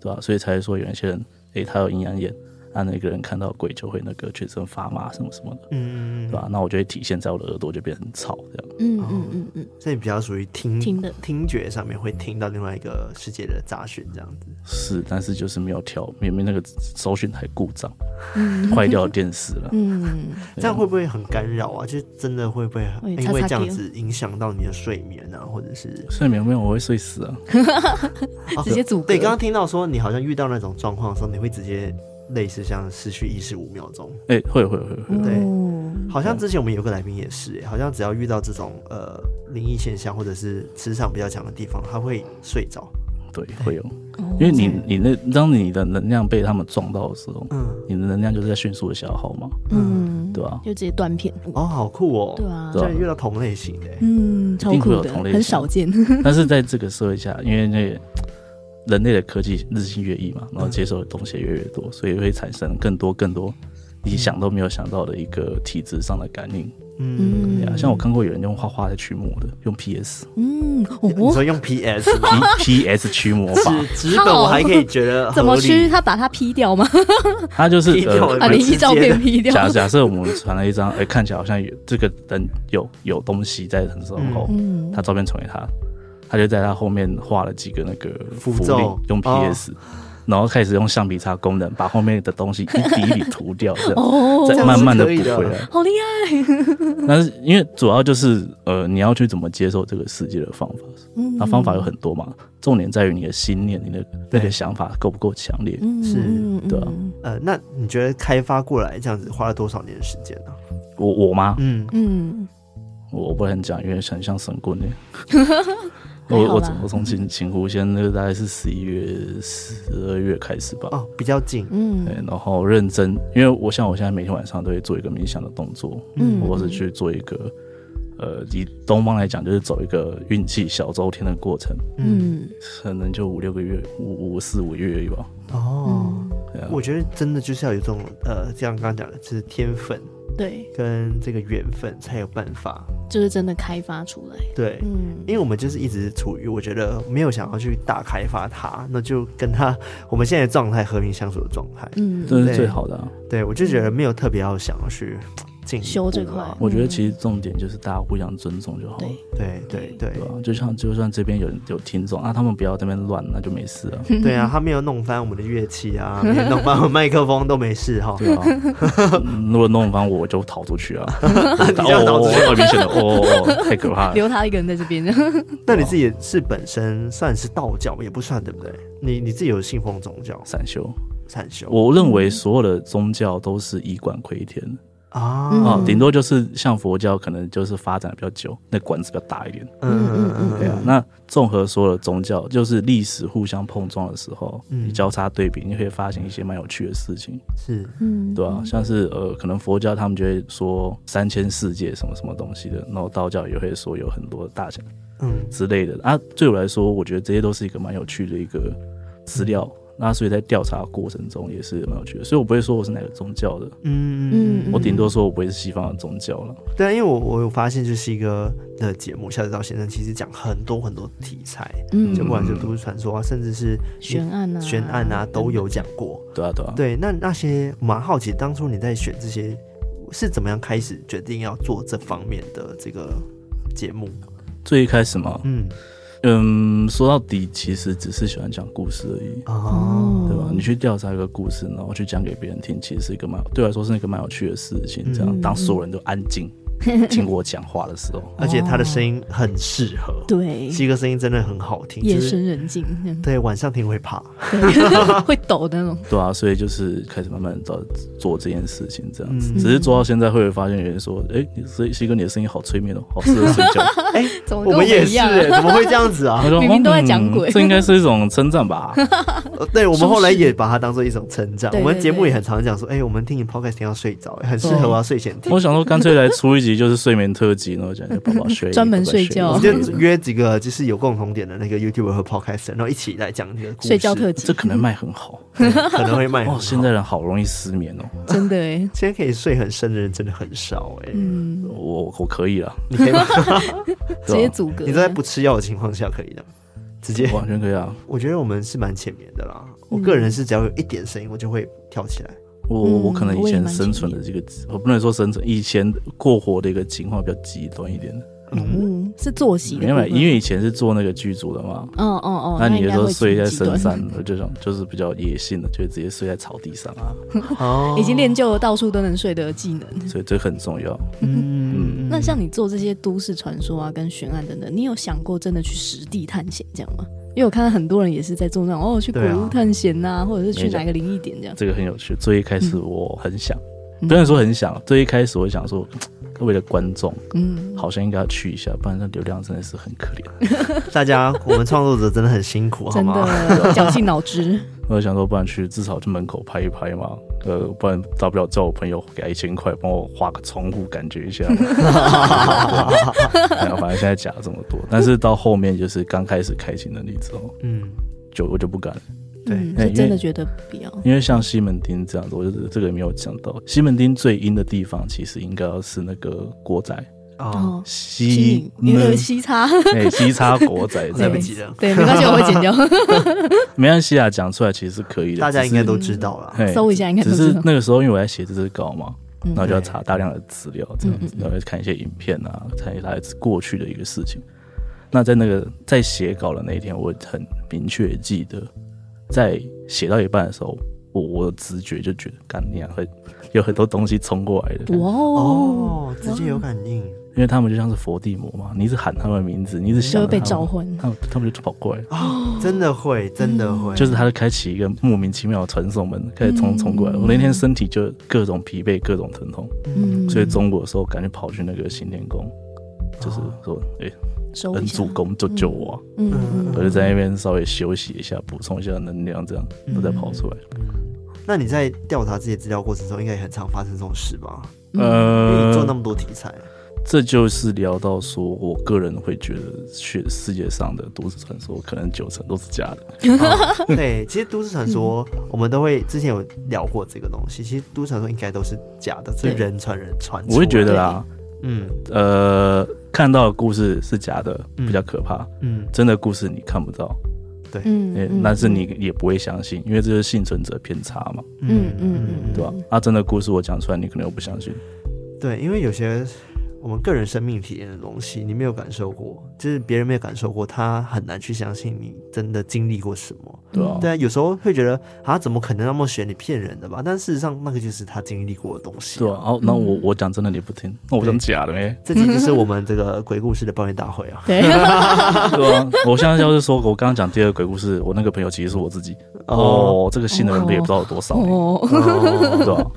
S4: 对吧、所以才会说有一些人哎，他有阴阳眼，那那个人看到鬼就会那个全身发麻什么什么的，
S2: 嗯
S4: 对，吧、那我就会体现在我的耳朵就变成吵这样。
S1: 嗯嗯嗯嗯，
S2: 所以你比较属于
S4: 嗯
S2: 听
S1: 听的
S2: 听觉上面会听到另外一个世界的杂讯这样子，
S4: 是，但是就是没有调，明明那个搜寻台故障， 坏掉电视了。
S1: 嗯，
S2: 这样会不会很干扰啊？就是真的会不会
S1: 会
S2: 因为
S1: 擦擦
S2: 这样
S1: 边
S2: 子影响到你的睡眠啊，或者是
S4: 睡眠没有，我会睡死啊！
S2: 哦
S1: 直接阻隔
S2: 对，刚刚听到说你好像遇到那种状况的时候，你会直接类似像失去意识五秒钟。
S4: 哎、会会会会，
S2: 对
S1: 哦
S2: 好像之前我们有个来宾也是、欸好像只要遇到这种呃灵异现象或者是磁场比较强的地方，他会睡着。
S4: 对会有，
S1: 哦
S4: 因为
S1: 嗯
S4: 你你那当你的能量被他们撞到的时候，
S2: 嗯，
S4: 你的能量就是在迅速的消耗嘛，
S1: 嗯，
S4: 对啊吧、
S1: 就直接断片，
S2: 哦，好酷哦。
S1: 对啊
S2: 居然遇到同类型的、欸
S1: 嗯，超
S4: 一定会
S1: 酷
S4: 有
S1: 的，
S4: 同类
S1: 很
S4: 型
S1: 少见，
S4: 但是在这个社会下，因为那个人类的科技日新月异嘛，然后接受的东西也越来越多，所以会产生更多更多你想都没有想到的一个体质上的感应。
S2: 嗯，
S4: 对
S1: 嗯
S4: 啊，像我看过有人用画画来驱魔的，用 PS。
S1: 嗯，
S2: 你
S1: 哦，
S2: 说用 PS 吗
S4: P P S 驱魔法，
S2: 纸纸本我还可以觉得
S1: 怎么
S2: 合理
S1: 去？他把它 P 掉吗？
S4: 它就是
S2: 一定要
S4: 呃，
S1: 把灵异照片 P 掉？
S4: 假假设我们传了一张，哎、看起来好像有这个人有有东西在的时候，
S1: 嗯
S4: 他照片传给他，他就在他后面画了几个那个符
S2: 符咒
S4: 令，用 P
S2: 哦
S4: S，、然后开始用橡皮擦功能把后面的东西一笔一笔涂掉，这样、
S1: 哦，
S4: 再慢慢的
S2: 这样是可
S4: 补
S2: 以的
S4: 回来。
S1: 好厉害，
S4: 但是因为主要就是呃，你要去怎么接受这个世界的方法，那
S1: 嗯
S4: 方法有很多嘛，重点在于你的心念，你的那个想法够不够强烈。
S2: 是
S1: 嗯，嗯
S4: 对啊，
S2: 呃，那你觉得开发过来这样子花了多少年时间啊呢、
S4: 我我吗？
S2: 嗯，
S1: 嗯，
S4: 我不能讲，因为很像神 棍耶
S1: 还
S4: 我
S1: 好
S4: 我
S1: 啦
S4: 我从请请湖先那个大概是十一月、十二月开始吧。
S2: 哦，比较近，
S1: 嗯
S4: 对，然后认真，因为我像我现在每天晚上都会做一个冥想的动作，
S1: 嗯
S4: 或是去做一个，呃，以东方来讲就是走一个运气小周天的过程，
S1: 嗯
S4: 可能就五六个月，五五四五个月而已吧。
S2: 哦，
S1: 嗯
S4: 对啊
S2: 我觉得真的就是要有这种呃，像刚刚讲的，就是天分
S1: 对，
S2: 跟这个缘分才有办法。
S1: 就是真的开发出来，
S2: 对，
S1: 嗯
S2: 因为我们就是一直处于我觉得没有想要去大开发它，那就跟它我们现在的状态和平相处的状态。
S1: 嗯，
S4: 这是
S2: 对
S4: 最好的啊、
S2: 对我就觉得没有特别要想要去进步
S1: 修这块
S2: 啊
S4: 我觉得其实重点就是大家互相尊重就好了
S1: 嗯对，
S2: 对对对
S4: 对吧、就像就算这边有人有听众啊，他们不要在那边乱，那就没 事了。
S2: 对啊，他没有弄翻我们的乐器啊，没有弄翻我们麦克风都没 事哈。
S4: 对啊，嗯如果弄翻我，我就逃出去啊！
S2: 你这样逃出去
S4: 哦，很明显的，哦，哦太可 怕了。
S1: 留他一个人在这边，
S2: 那你自己是本身算是道教，也不算对不对？你你自己有信奉宗教
S4: 散修，
S2: 禅修
S4: 我认为所有的宗教都是以管窥天
S2: 啊？
S1: 嗯
S4: 啊，顶多就是像佛教，可能就是发展的比较久，那管子比较大一点。
S2: 嗯嗯嗯
S4: 对啊，那综合所有的宗教，就是历史互相碰撞的时候，
S2: 嗯
S4: 你交叉对比，你会发现一些蛮有趣的事情，
S2: 是
S1: 嗯，
S4: 对吧、像是呃，可能佛教他们就会说三千世界什么什么东西的，然后道教也会说有很多大小
S2: 嗯
S4: 之类的啊。对我来说，我觉得这些都是一个蛮有趣的一个资料。那所以在调查过程中也是蛮有趣的，所以我不会说我是哪个宗教的，
S2: 嗯嗯，
S4: 我顶多说我不会是西方的宗教了。
S2: 对啊，因为我我有发现，就是一个的节目《下水道先生》其实讲很多很多题材，
S1: 嗯
S2: 就不管是都市传说啊，甚至是
S1: 悬案啊，
S2: 悬案啊，都有讲过。
S4: 对啊，对啊。
S2: 对，那那些我蛮好奇，当初你在选这些是怎么样开始决定要做这方面的这个节目？
S4: 最一开始嘛，
S2: 嗯
S4: 嗯，说到底其实只是喜欢讲故事而已。
S2: 哦，
S4: 对吧？你去调查一个故事，然后去讲给别人听，其实是一个蛮对我来说是一个蛮有趣的事情。这
S1: 嗯
S4: 样，当所有人都安 静听我讲话的时候，
S2: 而且他的声音很适合，
S1: 对，
S2: 西哥声音真的很好听，
S1: 夜
S2: 就是
S1: 深人静，嗯
S2: 对晚上听会 怕。
S1: 对 会抖的那种，
S4: 对啊，所以就是开始慢慢到做这件事情，这样子。
S2: 嗯
S4: 只是做到现在，会发现有人说：“哎、你所以西哥你的声音好催眠哦，好适合睡 觉。
S2: 哎，
S1: 怎么
S2: 我
S1: 跟
S2: 们也
S1: 一
S2: 是，
S1: 样啊？
S2: 哎怎么会这样子”啊
S4: 我？说：“
S1: 明明都在讲鬼
S4: 嗯这应该是一种称赞吧？
S2: 呃对，我们后来也把它当做一种成长。
S1: 对
S2: 我
S1: 对哦
S2: 们节目也很常讲说，哎，我们听你 podcast 听到睡着，哎很适合啊，睡前听。
S4: 我想说，干脆来出一集就是睡眠特辑，然后讲一下宝宝睡，
S1: 专门
S4: 宝宝
S1: 睡觉
S2: 我
S4: 我
S2: 们
S4: 觉得
S2: 就约几个就是有共同点的那个 YouTuber 和 podcaster，然后一起来讲这个故事
S1: 睡觉特辑
S4: 这，可能卖很好
S2: 可能会卖很
S4: 哦
S2: 好。。
S4: 现在人好容易失眠哦，
S1: 真的哎，
S2: 现在可以睡很深的人真的很少哎、
S1: 嗯，
S4: 我我可以了，啊
S2: 你 可以吗？
S1: 直接阻隔，
S2: 你在不吃药的情况下可以的，直接。
S4: 完全可以啊。
S2: 我觉得我们是蛮浅眠的啦。
S1: 嗯
S2: 我个人是只要有一点声音，我就会跳 起来。
S4: 我我我
S1: 嗯
S4: 可能
S1: 我
S4: 以
S1: 也
S4: 前
S1: 蛮
S4: 生
S1: 建
S4: 存的这个，我不能说生存，以前过活的一个情况比较极端一点。
S1: 嗯，是作息的
S4: 因
S1: 部
S4: 为
S1: 分，
S4: 因为以前是做那个剧组的嘛，
S1: 哦哦哦，
S4: 那你
S1: 应
S4: 有
S1: 该
S4: 时候
S1: 会
S4: 睡在
S1: 极端
S4: 深山， 我就想就是比较野性的，就会直接睡在草地上啊，
S2: 哦
S1: 已经练就了到处都能睡的技能。
S4: 所以这很重要。
S2: 嗯
S1: 那像你做这些都市传说啊、跟悬案等等，你有想过真的去实地探险这样吗？因为我看到很多人也是在做那种哦，去
S2: 对
S1: 鬼
S2: 啊
S1: 屋探险呐、或者是
S4: 没
S1: 去
S4: 错
S1: 哪个灵异点这样。
S4: 这个很有趣。最一开始我很想，不能说很想，最一开始我想说，为了观众，
S1: 嗯，
S4: 好像应该要去一下，不然那流量真的是很可怜。
S2: 大家，我们创作者真的很 辛苦，好
S1: 真
S2: 吗？
S1: 的绞尽脑汁，
S4: 我想说，不然去至少去门口拍一拍嘛，呃，不然大不了叫我朋友给他一千块，帮我画个窗户，感觉一下嘛。然后反正现在假这么多，但是到后面就是刚开始开启能力之后，
S2: 嗯，
S4: 哦就我就不敢了，
S2: 对
S1: 嗯，
S4: 哎
S1: 是真
S4: 因为啊
S1: 的觉得不要。
S4: 因为像西门町这样子，我就是这个也没有讲到，西门町最阴的地方其实应该要是那个国仔
S2: 哦，
S1: 哦，
S4: 西
S1: 因为有
S4: 门。
S1: 西差，
S4: 哎，西叉国仔这
S2: 来不
S4: 样子，
S2: 及 了，
S1: 对，没关系，我会剪掉。
S4: 没关系啊，讲出来其实是可以的。
S2: 大家
S4: 只
S2: 应
S4: 是
S2: 该都知道了。
S4: 嘿
S1: 搜一下应该都
S4: 只
S1: 知道
S4: 是那个时候，因为我在写这支稿嘛，
S1: 嗯
S4: 然后就要查大量的资料，这样子，然后看一些影片啊，看一些来自过去的一个事情。那在那个在写稿的那一天，我很明确地记得，在写到一半的时候，我我的直觉就觉得，干你啊，会有很多东西冲过来的感觉，
S1: 哇哦，
S2: 哦，直接有感应，
S4: 因为他们就像是佛地魔嘛，你一直喊他们的名字，你一直
S1: 就
S4: 想
S1: 会被
S4: 他
S1: 召
S4: 们，
S1: 唤。
S4: 他们他们就跑过来，
S2: 啊
S1: 哦
S2: 真的会，真的
S1: 嗯
S2: 会，
S4: 就是他就开启一个莫名其妙的传送门，开始
S2: 嗯
S4: 冲冲过来。我那天身体就各种疲惫，各种疼痛，
S1: 嗯，
S4: 所以中午的时候赶紧跑去那个行天宫，就是
S2: 哦
S4: 说，哎、
S1: 收
S4: 恩
S1: 一下
S4: 主。公救救我啊、
S1: 嗯嗯
S4: 我就在那边稍微休息一下，补充一下能量，这样
S2: 嗯
S4: 我再跑出来。
S2: 那你在调查这些资料过程中，应该也很常发生这种事吧？因为你嗯做那
S4: 呃，
S2: 么多题 材，
S4: 这就是聊到说，我个人会觉得，去世界上的都市传说可能九成都是假的。
S2: 哦对，其实都市传说
S1: 嗯
S2: 我们都会之前有聊过这个东西。其实都市传说应该都是假的，是
S1: 对
S2: 人传人传出来。
S4: 我会觉得啦，
S2: 嗯
S4: 呃，看到的故事是假的，
S2: 嗯
S4: 比较可怕。
S2: 嗯，
S4: 真的故事你看不到，
S1: 嗯
S4: 哎、但是你也不会相信，因为这就是幸存者偏差嘛，
S1: 嗯嗯嗯，
S4: 对吧？啊，真的故事我讲出来，你可能又不相信。
S2: 对，因为有些我们个人生命体验的东西，你没有感受过，就是别人没有感受过，他很难去相信你真的经历过什么。
S4: 对
S1: 嗯
S4: 啊，
S2: 对啊，有时候会觉得啊，怎么可能那么悬？你骗人的吧？但事实上，那个就是他经历过的东西、。
S4: 对啊。哦，那
S1: 嗯
S4: 我我讲真的你不听，那我讲假的呗
S2: 这集就是我们这个鬼故事的抱怨大 会啊。
S1: 对，
S4: 对啊，我现在要是说我刚刚讲第二个鬼故事，我那个朋友其实是我自己。
S2: 哦，
S4: 哦，这个信的人也不知道有多少，
S1: 哦，
S4: 对
S2: 哦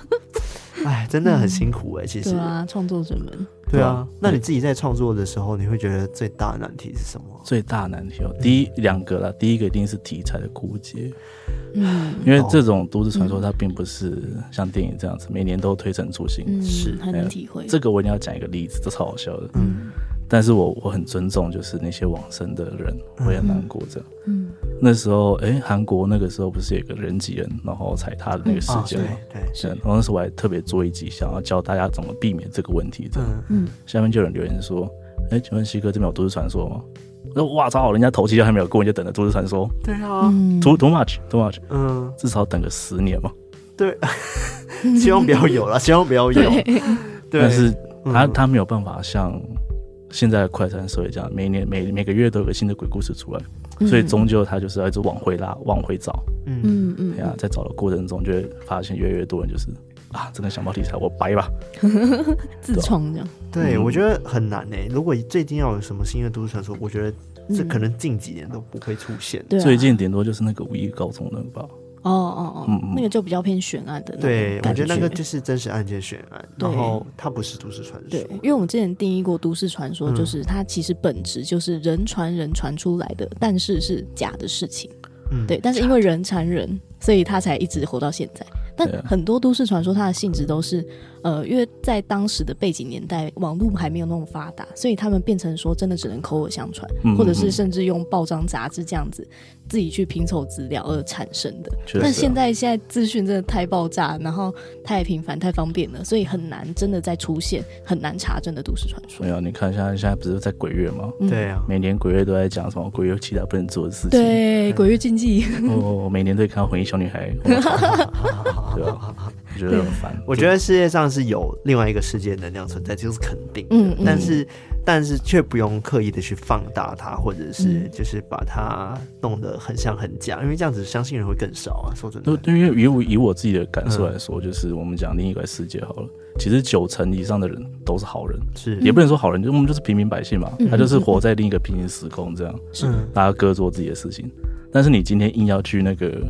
S4: 啊，
S2: 哎、真的很辛苦哎、其 实
S1: 对。啊，创作者们，
S2: 对啊，那你自己在创作的时候，你会觉得最大的难题是什么？
S4: 最大难题哦，第一两个啦，第一个一定是题材的枯竭，
S1: 嗯
S4: 因为这种都市传说它并不是像电影这样子，每年都推陈出新。哎
S1: 嗯，
S2: 是
S1: 很能体会，
S4: 啊这个我一定要讲一个例子，这超好笑的。
S2: 嗯
S4: 但是我我很尊重，就是那些往生的人，我也很难过这样。
S1: 嗯
S4: 那时候，哎、韩国那个时候不是有个人挤人，然后踩踏的那个事
S2: 啊，对
S4: 件吗？
S2: 对，
S4: 对然后那时候我还特别做一集，想要教大家怎么避免这个问题。这样，
S2: 嗯，
S1: 嗯，
S4: 下面就有人留言说：“哎、请问西哥这边有都市传说吗？”我说：“哇，超好，人家头七天还没有过，你就等着都市传说
S2: 对啊，
S1: 嗯
S4: ，too too much too much，
S1: 啊
S2: 嗯，
S4: 至少等个十年嘛。
S2: 对，嗯希望不要有了，希望不要有。
S1: 对，
S2: 对，
S4: 但是他、
S2: 嗯
S4: 他没有办法像现在的快餐社会这样，每年每每个月都有个新的鬼故事出来，所以终究他就是要一直往回拉，往回找。
S2: 嗯，
S1: 嗯嗯
S4: 对啊，在找的过程中就会发现越来越多人就是啊，真的想不到题材，我掰吧。
S1: 自创这样，
S2: 对，
S4: 嗯
S2: 我觉得很难诶、如果最近要有什么新的都市传说，我觉得这
S1: 嗯
S2: 可能近几年都不会出现。
S1: 对啊，
S4: 最近顶多就是那个五一高中那个吧，
S1: 哦哦
S4: 嗯
S1: 哦
S4: 嗯，
S1: 那个就比较偏悬案的，
S2: 对，我觉得那个
S1: 就。
S2: 就是真实案件悬案，
S1: 对
S2: 然后它不是都市传说
S1: 对。，因为我们之前定义过都市传说，
S2: 嗯
S1: 就是它其实本质就是人传人传出来的，但是是假的事情。
S2: 嗯，
S1: 对，但是因为人缠人，所以他才一直活到现在。但
S4: 对啊
S1: 很多都市传说，它的性质都是，呃，因为在当时的背景年代，网络还没有那么发达，所以他们变成说真的只能口耳相传，
S4: 嗯
S1: 或者是甚至用报章杂志这样子自己去拼凑资料而产生的。
S4: 确
S1: 但
S4: 实
S1: 现
S4: 啊。
S1: 在现在资讯真的太爆炸，然后太频繁、太方便了，所以很难真的再出现很难查证的都市传说
S4: 没。有，啊你看现在现在不是在鬼月吗？
S1: 嗯
S2: 对啊，
S4: 每年鬼月都在讲什么鬼月其他不能做的事情。
S1: 对，鬼月禁忌。
S2: 嗯
S4: 我我每年都会看到混音小女孩，我操 对啊，我觉得很烦。
S2: 我觉得世界上是有另外一个世界能量存在，这是肯定的。
S1: 嗯嗯
S2: 但是但是却不用刻意的去放大它，或者是
S1: 嗯
S2: 就是把它弄得很像很假，因为这样子相信人会更少啊。说真
S4: 就，
S2: 的，
S4: 对，因为以我以我自己的感受来说，就是我们讲另一个世界好了，其实九成以上的人都是好人，
S2: 是
S4: 也不能说好人，就我们就是平民百姓嘛
S1: 嗯，
S4: 他就是活在另一个平行时空这样，
S2: 嗯
S4: 大家各做自己的事情。但是你今天硬要去那个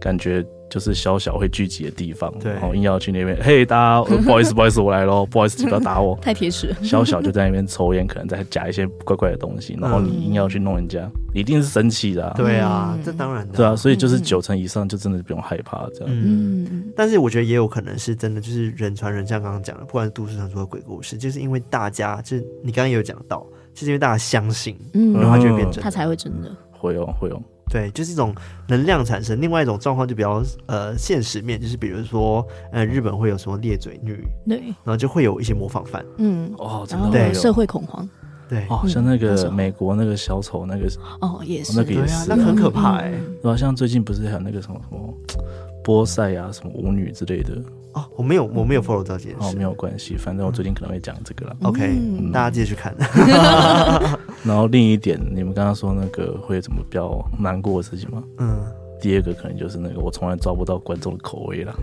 S4: 感觉就是小小会聚集的地方，
S2: 对
S4: 然后硬要去那边，嘿，大家呃不好意思，不好意思，我来喽，不好意思，请不要打我。
S1: 太铁齿了，
S4: 小小就在那边抽烟，可能在夹一些怪怪的东西，然后你硬要去弄人家，一定是生气的、啊。
S2: 对啊
S1: 嗯，
S2: 这当然的。
S4: 对啊，所以就是
S1: 嗯嗯
S4: 九成以上就真的不用害怕这样。
S2: 嗯。
S1: 嗯，
S2: 但是我觉得也有可能是真的，就是人传人，像刚刚讲的，不管是都市传说、鬼故事，就是因为大家，就是你刚刚也有讲到，就是因为大家相信，
S1: 嗯
S2: 然后它就会变真
S1: 他
S2: 的。
S1: 才会真的。
S4: 会哦，会哦，
S2: 对，就是一种能量产生。另外一种状况就比较呃现实面，就是比如说呃日本会有什么裂嘴女，
S1: 对，
S2: 然后就会有一些模仿犯。
S1: 嗯，
S4: 哦，真
S1: 然
S4: 的
S1: 后
S4: 会
S1: 社
S4: 哦。
S1: 会恐慌，
S2: 对，
S4: 哦，
S1: 嗯
S4: 像那
S1: 那时
S4: 个
S1: 候
S4: 美国那个小丑那个，对
S1: 哦，也是，
S4: 那个也
S2: 对
S4: 是
S2: 啊
S4: 啊，
S2: 那很可怕哎、
S1: 嗯
S4: 吧？像最近不是还有那个什么什么波塞啊，什么舞女之类的，
S2: 哦，我没有，我没有 follow 到这件
S4: 哦，
S2: 事。嗯
S4: 没有关系，反正我最近可能会讲这个啦。
S2: OK，、
S1: 嗯
S2: 大家继续看。
S4: 然后另一点，你们刚刚说那个会怎么比较难过的事情吗？
S2: 嗯，
S4: 第二个可能就是那个我从来抓不到观众的口味啦。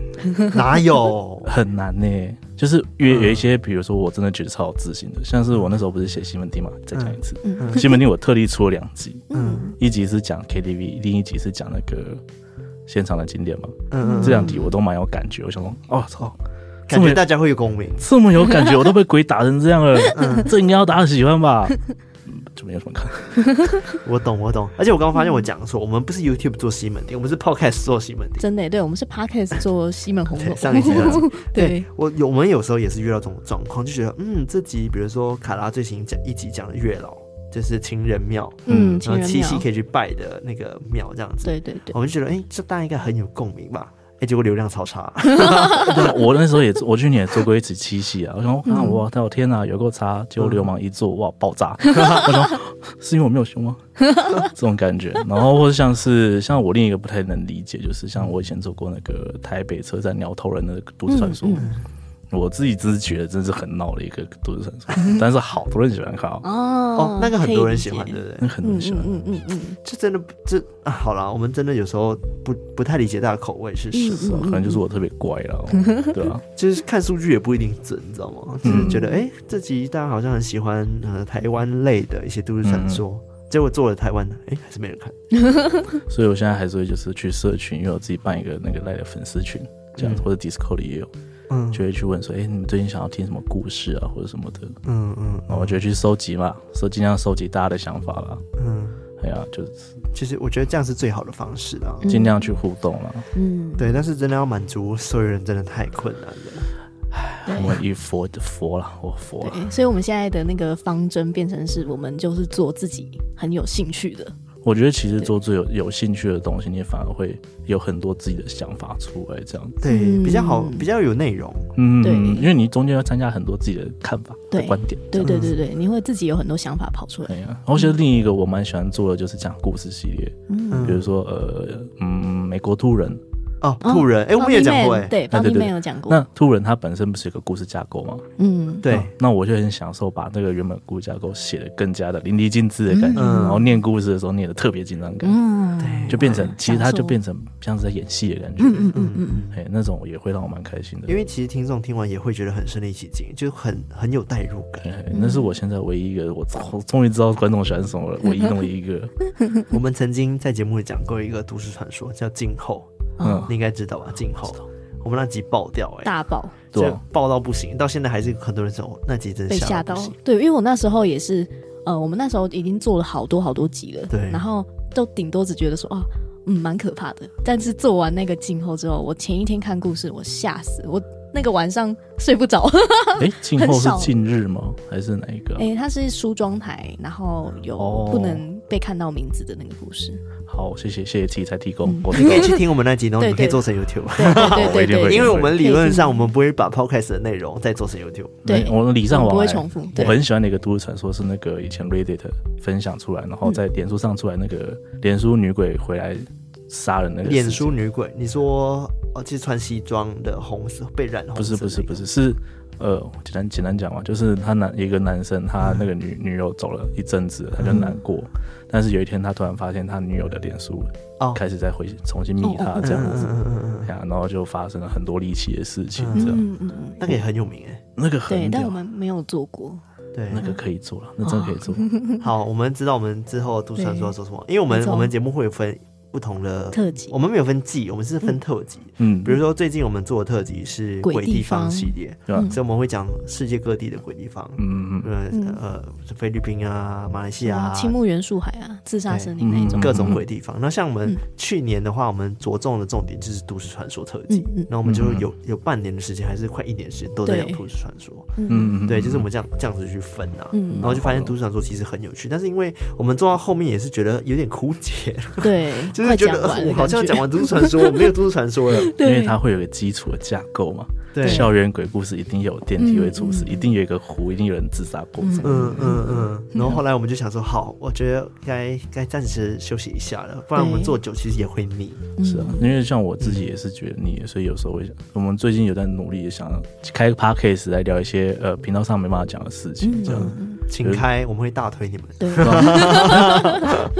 S2: 哪有？
S4: 很难呢、就是约
S2: 嗯
S4: 有一些，比如说我真的觉得超有自信的，像是我那时候不是写西门町嘛，再讲一次，
S1: 嗯
S4: 西门町我特地出了两集，
S2: 嗯
S4: 一集是讲 KTV，另一集是讲那个现场的景点嘛，
S2: 嗯嗯，
S4: 这两集我都蛮有感觉，我想说，哦操，
S2: 感觉大家会有共鸣。
S4: 这么有感觉，我都被鬼打成这样了，
S2: 嗯
S4: 这应该要大家喜欢吧？嗯就没有什么看，
S2: 我懂，我懂。而且我刚刚发现我
S1: 嗯
S2: 讲错，我们不是 YouTube 做西门町，我们是 Podcast 做西门町。
S1: 真的耶，对我们是 podcast 做西门红
S2: 对
S1: 楼，
S2: 上一集啊上一集
S1: 对，
S2: 我有我们有时候也是遇到这种状况，就觉得嗯，这集比如说卡拉最新讲一集讲的月老，就是情人庙，
S1: 嗯，情
S2: 然后
S1: 人
S2: 七
S1: 庙
S2: 夕，可以去拜的那个庙这样子，
S1: 对对对，
S2: 我们就觉得哎、这大家应该很有共鸣吧。哎，结果流量超差，
S4: 对啊我那时候也，我去年也做过一集七夕啊，我想，
S1: 嗯
S4: 啊，我我天哪，有够差，结果流氓一做，哇，爆 炸！我想，是因为我没有胸吗？ 这种感觉。然后或者像是像我另一个不太能理解，就是像我以前做过那个台北车站鸟头人的都市传说，
S1: 嗯
S4: 我自己真是觉得真是很闹的一个都市传说，但是好多人喜欢看哦，
S1: 哦
S2: 哦，那个很多人喜欢，
S1: 可以理
S2: 对
S1: 解
S2: 不对？
S4: 那很
S1: 嗯
S4: 多人喜欢。
S1: 嗯嗯嗯嗯，
S2: 这真的这啊，好啦，我们真的有时候不不太理解大家的口味是什
S1: 嗯
S2: 么，
S4: 是啊，可能就是我特别乖了，对啊吧？
S2: 就是看数据也不一定准，你知道吗？就是觉得哎、诶这集大家好像很喜欢呃台湾类的一些都市传说，结果做了台湾的，哎、还是没人看。
S4: 所以我现在还是会就是去社群，因为我自己办一个那个赖的粉丝群，这样子、
S2: 嗯
S4: 或者 Discord 里也有，
S2: 嗯
S4: 就会去问说，哎、你们最近想要听什么故事啊，或者什么的，
S2: 嗯嗯
S4: 然后我就会去收集嘛，收尽量收集大家的想法啦。
S2: 嗯，
S4: 哎呀，就是
S2: 其实我觉得这样是最好的方式啦。
S1: 嗯
S4: 尽量去互动啦。
S1: 嗯，
S2: 对，但是真的要满足所有人真的太困难了。
S1: 对
S4: 我们以佛佛啦，我佛啦，
S1: 对，所以我们现在的那个方针变成是我们就是做自己很有兴趣的，
S4: 我觉得其实做最有有兴趣的东西，你反而会有很多自己的想法出来，这样子。
S2: 对，
S1: 嗯
S2: 比较好，比较有内容。
S4: 嗯，
S1: 对
S4: 因为你中间要参加很多自己的看法、
S1: 对
S4: 观点。
S1: 对对对对，你会自己有很多想法跑出来
S4: 哎，呀，然后其实另一个我蛮喜欢做的就是讲故事系列，
S1: 嗯，
S2: 嗯
S4: 比如说呃嗯美国突人，
S2: 哦，兔人，哎、我们也讲过、
S1: Bunny
S2: 诶
S1: Man，对，
S4: 啊
S1: 方
S4: 对
S1: 便
S4: 对
S1: 面
S4: 对
S1: 有讲过，
S4: 那突然它本身不是有个故事架构吗？
S1: 嗯，
S2: 对
S4: 啊，那我就很享受把那个原本故事架构写的更加的淋漓尽致的感觉，然后念故事的时候念的特别紧张感，
S1: 嗯，
S4: 就变成其实它
S1: 享受
S4: 就变成像是在演戏的感觉，
S1: 嗯嗯嗯嗯嗯，
S4: 哎，那种也会让我蛮开心的
S2: 因。为其实听众听完也会觉得很身临其境，就很很有代入感。
S4: 哎那是我现在唯一一个，我操终于知道观众喜欢什么了，唯一那么一 个，
S2: 我们曾经在节目里讲过一个都市传说，叫静候，
S1: 哦
S4: 嗯，
S2: 你应该知道吧？静候，我们那集爆掉哎、
S1: 大爆
S4: 对啊
S2: 就爆到不行，到现在还是很多人说哦那集真
S1: 被吓
S2: 吓
S1: 到
S2: 不行，
S1: 对，因为我那时候也是，呃，我们那时候已经做了好多好多集了，
S2: 对
S1: 然后都顶多只觉得说啊。嗯，蛮可怕的。但是做完那个镜后之后，我前一天看故事，我吓死我，那个晚上睡不着。
S4: 哎，静候是
S1: 很少
S4: 近日吗？还是哪一个啊？
S1: 哎、它是梳妆台，然后有
S4: 哦
S1: 不能被看到名字的那个故 事。
S4: 好，谢谢谢谢 T 才提
S1: 嗯
S4: 供，我
S2: 你可以去听我们那集，然后
S1: 对
S2: 你们可以
S1: 对
S2: 做成 YouTube，
S1: 对对
S4: 我
S1: 对
S4: 一定
S1: 对
S4: 会
S1: 对，
S2: 因为我
S4: 可
S2: 们理论上我们不会把 Podcast 的内容再做成 YouTube。
S1: 对
S4: 我们礼尚往
S1: 我们
S4: 来
S1: 不会重复
S4: 我
S1: 对
S4: 很喜欢的一个都市传说，是那个以前 Reddit 分享出来，然
S2: 嗯
S4: 后在脸书上出来那个脸书女鬼回来杀人那个事情。
S2: 脸书女鬼，你说哦，就是穿西装的红色被染红
S4: 不
S2: 色
S4: 是
S2: 的
S4: 不是
S2: 那个
S4: 不是是呃，简单简单讲嘛，就是他男一个男生，他那个女、女友走了一阵子，他就难过，
S2: 嗯
S4: 但是有一天他突然发现他女友的脸书
S2: 哦，
S4: 开始在回重新密他这样子。啊
S2: 嗯嗯嗯嗯，
S4: 呀，然后就发生了很多离奇的事情，
S1: 嗯
S4: 这样、
S1: 嗯嗯嗯，
S2: 那个也很有名哎。
S4: 那个
S1: 对，
S4: 很
S1: 但
S4: 屌
S1: 我，们没有做过。
S2: 对，
S4: 那个可以做了，那真的可以
S2: 哦
S4: 做。
S2: 好，我们知道我们之后都市传说要做什么，因为我
S1: 没
S2: 们
S1: 错
S2: 我们节目会有分不同的
S1: 特辑
S2: 我们没有分季，我们是分特辑。
S4: 嗯，
S2: 比如说最近我们做的特辑是
S1: 鬼
S2: 鬼
S1: 地
S2: 地方
S1: 方
S2: 系列，
S4: 嗯对吧
S2: 所以我们会讲世界各地的鬼地方，
S4: 嗯嗯嗯，
S2: 呃
S1: 嗯
S2: 呃，菲律宾啊、马来西亚、啊
S1: 青木原树海啊，自杀森林那一种。
S2: 各种
S4: 嗯
S2: 鬼地方。那像我们去年的话，我们着重的重点就是都市传说特辑
S1: 嗯嗯，
S2: 那我们就有有半年的时间，还是快一年时间都在讲都市传说。
S4: 嗯嗯，
S2: 对，就是我们这样这样子去分啊。
S1: 嗯
S2: 然后就发现都市传说其实很有趣，但是因为我们做到后面也是觉得有点枯竭，
S1: 嗯对，
S2: 就是
S1: 快
S2: 觉
S1: 讲
S2: 得
S1: 完
S2: 呃
S1: 了，
S2: 我好像讲完都市传说，我没有都市传说了。
S4: 因为
S1: 对
S4: 它会有一个基础的架构嘛。
S2: 对，
S4: 校园鬼故事一定有电梯会出事，
S1: 嗯
S4: 一定有一个湖，一定有人自杀过。这样
S2: 嗯嗯 嗯，然后后来我们就想说，好，我觉得该该暂时休息一下了，不然我们
S1: 对
S2: 做久其实也会腻。
S1: 嗯
S4: 是啊，因为像我自己也是觉得腻，所以有时候会想，我们最近有在努力想开个 podcast 来聊一些呃频道上没办法讲的事情，
S2: 啊
S4: 这样。
S2: 请开，我们会大推你们。
S1: 嗯对，
S2: 啊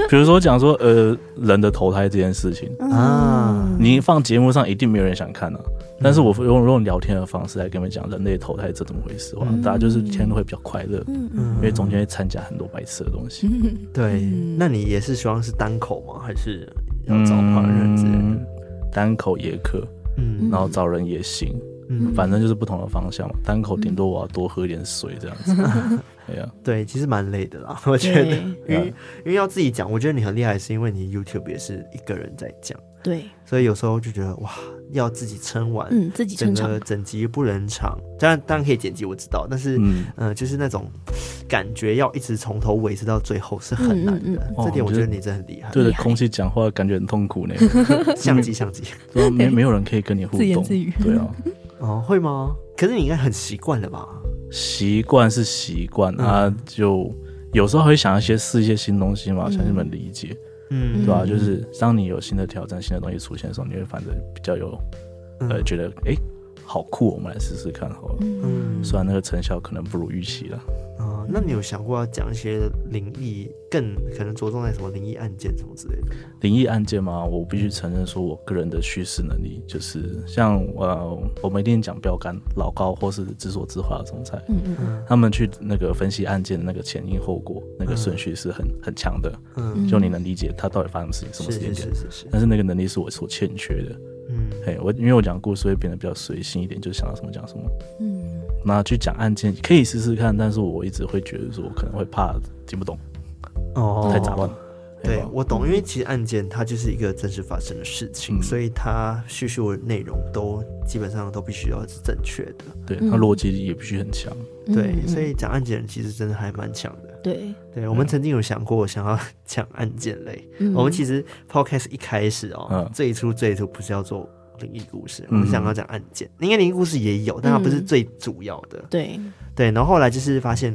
S4: 比如说讲说呃人的投胎这件事情，
S1: 嗯
S2: 啊，
S4: 你放节目上一定没有人想看啊。
S1: 嗯
S4: 但是我用用聊天的方式来跟你们讲人类投胎这怎么回事的话，
S1: 嗯
S4: 大家就是天都会比较快乐，因为中间会参加很多白痴的东
S1: 嗯
S4: 西。
S2: 嗯对，那你也是希望是单口吗？还是要找 partner 之类
S4: 嗯
S2: 的？，
S4: 单口也可，
S2: 嗯
S4: 然后找人也行，
S2: 嗯，
S4: 反正就是不同的方向嘛。
S1: 嗯
S4: 单口顶多我要多喝一点水这样 子。哎呀，
S2: 对，其实蛮累的啦， 我觉得，
S1: 对
S2: 因为因为要自己讲，我觉得你很厉害，是因为你 YouTube 也是一个人在讲，
S1: 对，
S2: 所以有时候就觉得哇，要自己撑完，
S1: 嗯，自己撑
S2: 整
S1: 场
S2: 个，整集不能长，当然当然可以剪辑，我知道，但是。
S4: 嗯，
S2: 呃，就是那种感觉要一直从头维持到最后是很难
S1: 嗯嗯
S2: 的，
S4: 嗯
S2: 这点
S4: 哦
S2: 我觉得你真的很厉害。
S4: 对着
S1: 厉害
S4: 空气讲话感觉很痛苦 呢，
S2: 相
S4: 嗯
S2: 机相机
S4: 然后没没有人可以跟你互
S1: 自言
S4: 动，
S1: 自语
S4: 对啊。
S2: 哦， 会吗？可是你应该很习惯了吧？
S4: 习惯是习
S1: 嗯
S4: 惯啊，就有时候会想一些试一些新东西嘛，相信你们理解，
S2: 嗯
S4: 对啊吧、呃
S1: 嗯
S4: 就是当你有新的挑战、新的东西出现的时候，你会反正比较有呃觉得，哎，好酷，我们来试试看好了。
S2: 嗯
S4: 虽然那个成效可能不如预期了，
S2: 哦，那你有想过要讲一些灵异，更可能着重在什么灵异案件什么之类的？
S4: 灵异案件嘛，我必
S2: 嗯
S4: 须承认说，我个人的叙事能力就是像呃，我们一定讲标杆老高或是知所知华的总裁，
S1: 嗯嗯嗯
S4: 他们去那个分析案件的那个前因后果，那个顺序是很很强的，
S2: 嗯，
S4: 就你能理解他到底发生什么事情，
S2: 是
S4: 什么时间
S2: 是
S4: 点。
S2: 是是是，
S4: 但是那个能力是我所欠缺的，
S2: 嗯
S4: 嘿，我因为我讲故事会变得比较随性一点，就是想到什么讲什么。
S1: 嗯，
S4: 那去讲案件可以试试看，但是我一直会觉得说，我可能会怕听不懂，
S2: 哦，
S4: 太杂乱。了。嘿
S2: 对
S4: 吧，
S2: 我懂，因为其实案件它就是一个真实发生的事情，
S4: 嗯
S2: 所以它叙述的内容都基本上都必须要是正确的。
S4: 对，
S1: 嗯
S4: 他逻辑也必须很强。
S1: 嗯
S2: 对，
S1: 嗯
S2: 所以讲案件的人其实真的还蛮强的。
S1: 对，
S2: 对，我们曾经有想过想要 讲案件类，我们其
S1: 实
S2: 实 podcast 一开始哦，
S4: 嗯
S2: 最初最初不是要做灵异故事，我
S4: 嗯
S2: 们想要讲案件，应该灵异故事也有，但它不是
S1: 嗯
S2: 最主要的。
S1: 对，
S2: 对，然后后来就是发现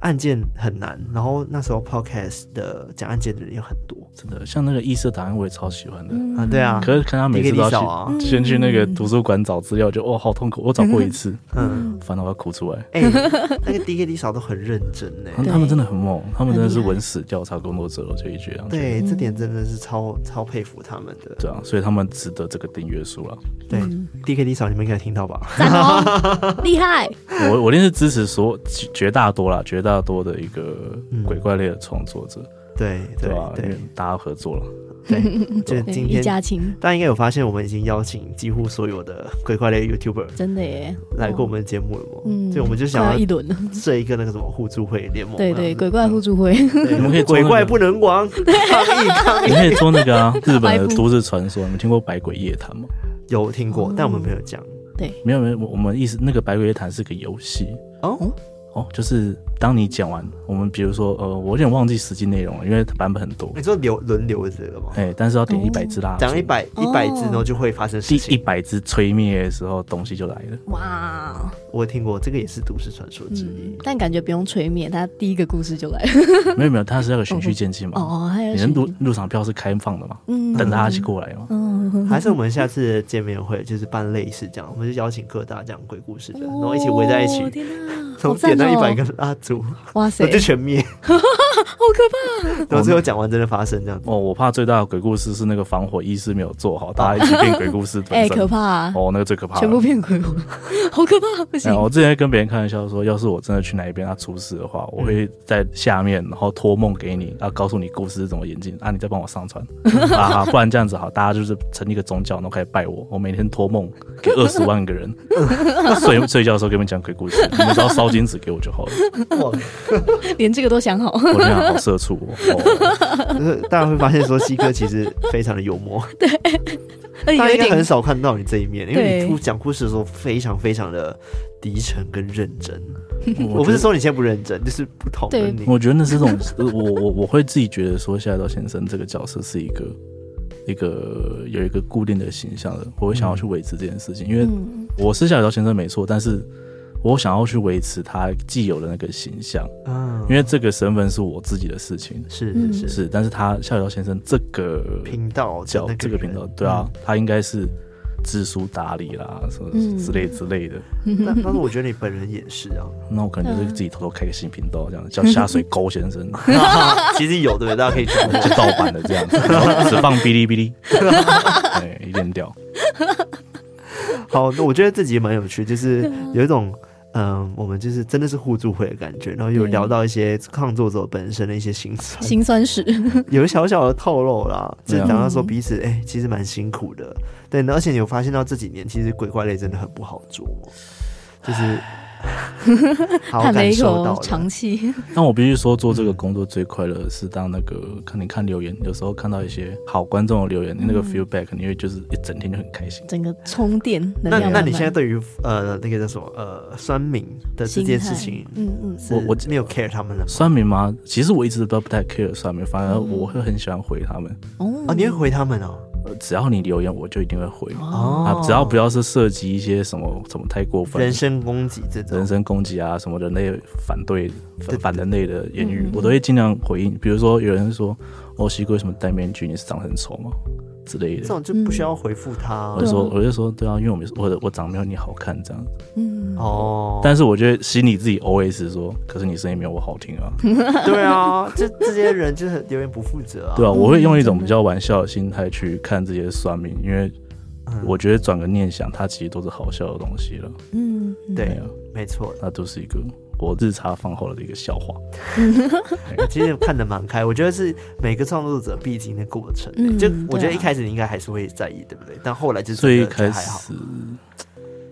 S2: 案件很难，然后那时候 podcast 的讲案件的人有很多。
S4: 真的，像那个异色档案我也超喜欢的。
S1: 嗯
S2: 啊对啊
S4: 可是看他每次都要
S2: 你可以理解
S4: 去，
S2: 啊
S4: 先去那个图书馆找资料，就哇好痛苦。我找过一次，
S2: 嗯，
S4: 烦到我要哭出来。
S2: 哎、那个 D K D 嫂都很认真呢、
S4: 他
S1: 对
S4: 们他们真的很猛，他们真的是
S1: 很厉害
S4: 文史调查工作者，我就一觉得。
S2: 对，这
S1: 嗯
S2: 点真的是超超佩服他们的。
S4: 对啊，所以他们值得这个订阅数了。
S2: 对，D
S1: 嗯
S2: K D 嫂你们应该听到吧？
S3: 赞哦，厉害，
S4: 我我一定是支持所绝绝大多啦，绝大多的一个
S2: 嗯
S4: 鬼怪类的创作者，
S2: 对
S4: 对
S2: 对
S4: 吧？因为
S2: 对
S4: 大家合作了，
S2: 对，就是
S1: 对
S2: 今
S1: 一
S2: 天
S1: 家亲，
S2: 大家应该有发现，我们已经邀请几乎所有的鬼怪类 YouTuber
S1: 真的耶，
S2: 来过我们的节目了嘛。
S1: 哦嗯
S2: 所以我们就想
S1: 快要一
S2: 要啊
S1: 轮了。
S2: 设一个那个什么互助会联盟这
S1: 对
S2: 样子。
S1: 对，鬼怪互助会，
S2: 对，
S4: 你们可以做
S2: 鬼
S4: 那个
S2: 怪不能亡，抗议抗
S4: 你
S2: 议。
S4: 可以做那个啊， 日本
S1: 白
S4: 的
S1: 布
S4: 都市传说，你们听过《百鬼夜谭》吗？
S2: 有听
S1: 哦
S2: 过，但我们没有讲。
S1: 对，
S4: 没有没有，我我们意思那个《百鬼夜谭》是个游戏
S2: 哦，
S4: 哦，就是当你讲完，我们比如说呃，我有点忘记实际内容了，因为版本很多
S2: 你，说流轮流这个吗？
S4: 哎、但是要点一百支蜡烛，
S2: 讲一百一百
S1: 哦
S2: 字，然后就会发生
S4: 第
S2: 事
S4: 一
S2: 情。
S4: 百支吹灭的时候，东西就来了。
S1: 哇，
S2: 我听过，这个也是都市传说之一
S1: 嗯。，但感觉不用催眠，他第一个故事就来了。
S2: 嗯
S4: 没有没有，它是要有循序渐进嘛。
S1: 哦，还有
S4: 你的入入场票是开放的嘛，
S1: 嗯
S4: 等大家一起过来嘛。
S1: 嗯，
S2: 还是我们下次的见面会就是办类似这样，我们就邀请各大讲鬼故事的，然后一起围在一起
S1: 哦，天哪，
S2: 从
S1: 好赞
S2: 点到一百
S1: 哦
S2: 个蜡烛，
S1: 哇塞
S2: 然后，就 全灭，
S1: 好可怕！
S2: 然后最后讲完真的发生这样子。
S4: 哦，我怕最大的鬼故事是那个防火意识没有做好，大家一起变鬼故事本身。
S1: 哎，可怕啊，
S4: 哦，那个最可怕了。
S1: 全部变 鬼魂，好可怕，不行
S4: 哎，！我之前跟别人开玩笑说，要是我真的去哪一边他出事的话，我
S2: 嗯
S4: 会在下面，然后托梦给你，啊，告诉你故事是怎么演进，啊，你再帮我上传， 啊，好不然这样子好，大家就是成立一个宗教，然后开始拜我，我每天托梦给二十万个人，睡睡觉的时候给你们讲鬼故事，你们只要烧金纸给我就好了，
S2: 哇，
S1: 连这个都想 好，
S4: 我这样好社畜哦。哦
S2: 就是大家会发现说西哥其实非常的幽 默，
S1: 而且
S2: 大家
S1: 有一
S2: 应该很
S1: 点
S2: 少看到你这一面，因为
S1: 对
S2: 你出讲故事的时候非常非常的低沉跟认真。 我不
S4: 我
S2: 是
S4: 觉得
S2: 说你现在不认真，就是不同的
S1: 对
S2: 你。
S4: 我觉得那是这种，我我我会自己觉得说，夏道先生这个角色是一个一个有一个固定的形象的，我会想
S2: 嗯
S4: 要去维持这件事情，因为
S1: 嗯
S4: 我是夏雨道先生没错，但是我想要去维持他既有的那个形象，
S2: 嗯，
S4: 因为这个身份是我自己的事情，
S2: 是
S1: 嗯
S2: 是是
S4: 是，但是他夏雨道先生这个
S2: 频道
S4: 角
S2: 的那
S4: 这个频道，
S2: 人嗯
S4: 对啊，他应该是知书达理啦，什么
S1: 嗯
S4: 之类之类的，
S2: 嗯但但是我觉得你本人也是啊，
S4: 那我可能就是自己偷偷开个新频道，这样叫下水沟先生。
S2: 啊 其实有对不对？大家可以去看
S4: 就盗版的这样子，然后只放哔哩哔哩，对，一点掉。
S2: 好，那我觉得自己也蛮有 趣，就是有一种。嗯，我们就是真的是互助会的感觉，然后有
S1: 对
S2: 聊到一些创作者本身的一些心酸，
S1: 心酸史，
S2: 有小小的透露啦，就
S4: 对啊
S2: 讲到说彼此哎、其实蛮辛苦的，对，而且你有发现到这几年其实鬼怪类真的很不好捉摸，就是好
S1: 叹了
S2: 感
S1: 一
S2: 受到
S1: 口
S2: 了
S1: 长气，
S4: 但我必须说，做这
S2: 嗯
S4: 个工作最快乐的是当那个看你看留言，有时候看到一些好观众的留言，
S2: 嗯
S4: 那个 feedback，你会就是一整天就很开心。
S1: 整个充电能
S2: 那
S1: 量满满。
S2: 那你现在对于呃那个叫什么呃酸民的这件事情
S1: 心态，嗯嗯，
S2: 是
S4: 我我
S2: 没有 care 他们了吗？
S4: 酸民吗？其实我一直都不太 care 酸民，反而我会很喜欢回他们。
S1: 哦
S2: 哦，你会回他们哦，
S4: 呃只要你留言，我就一定会回。
S2: 哦
S4: 啊，只要不要是涉及一些什么什么太过分
S2: 人身攻击这种
S4: 人，身攻击啊，什么人类反对
S2: 对
S4: 反反人类的言语，我都会尽量回应。比如说有人说，哦，西哥为什么戴面具？你是长得很丑吗？之类
S2: 这
S4: 的。
S2: 种就不需要回复他、
S4: 我就说，我就说，对啊，因为我们我的我长得没有你好看这样，
S1: 嗯，
S2: 哦，
S4: 但是我觉得心里自己 always 说，可是你声音没有我好听啊，
S2: 对啊，这这些人就是很有点不负责啊。
S4: 对啊，
S1: 嗯
S4: 我会用一种比较玩笑的心态去看这些酸民，因为
S2: 嗯
S4: 我觉得转个念想，它其实都是好笑的东西了。
S1: 嗯，
S4: 对
S2: 对，
S4: 啊，
S2: 没错，
S4: 那都是一个我日茶饭后的一个笑话。
S2: 我其实看得蛮开，我觉得是每个创作者必经的过程、
S1: 嗯
S2: 就
S1: 对啊
S2: 我觉得一开始你应该还是会在意，对不对？但后来就
S4: 所
S2: 真
S4: 以一
S2: 的
S4: 开
S2: 就还好，
S4: 始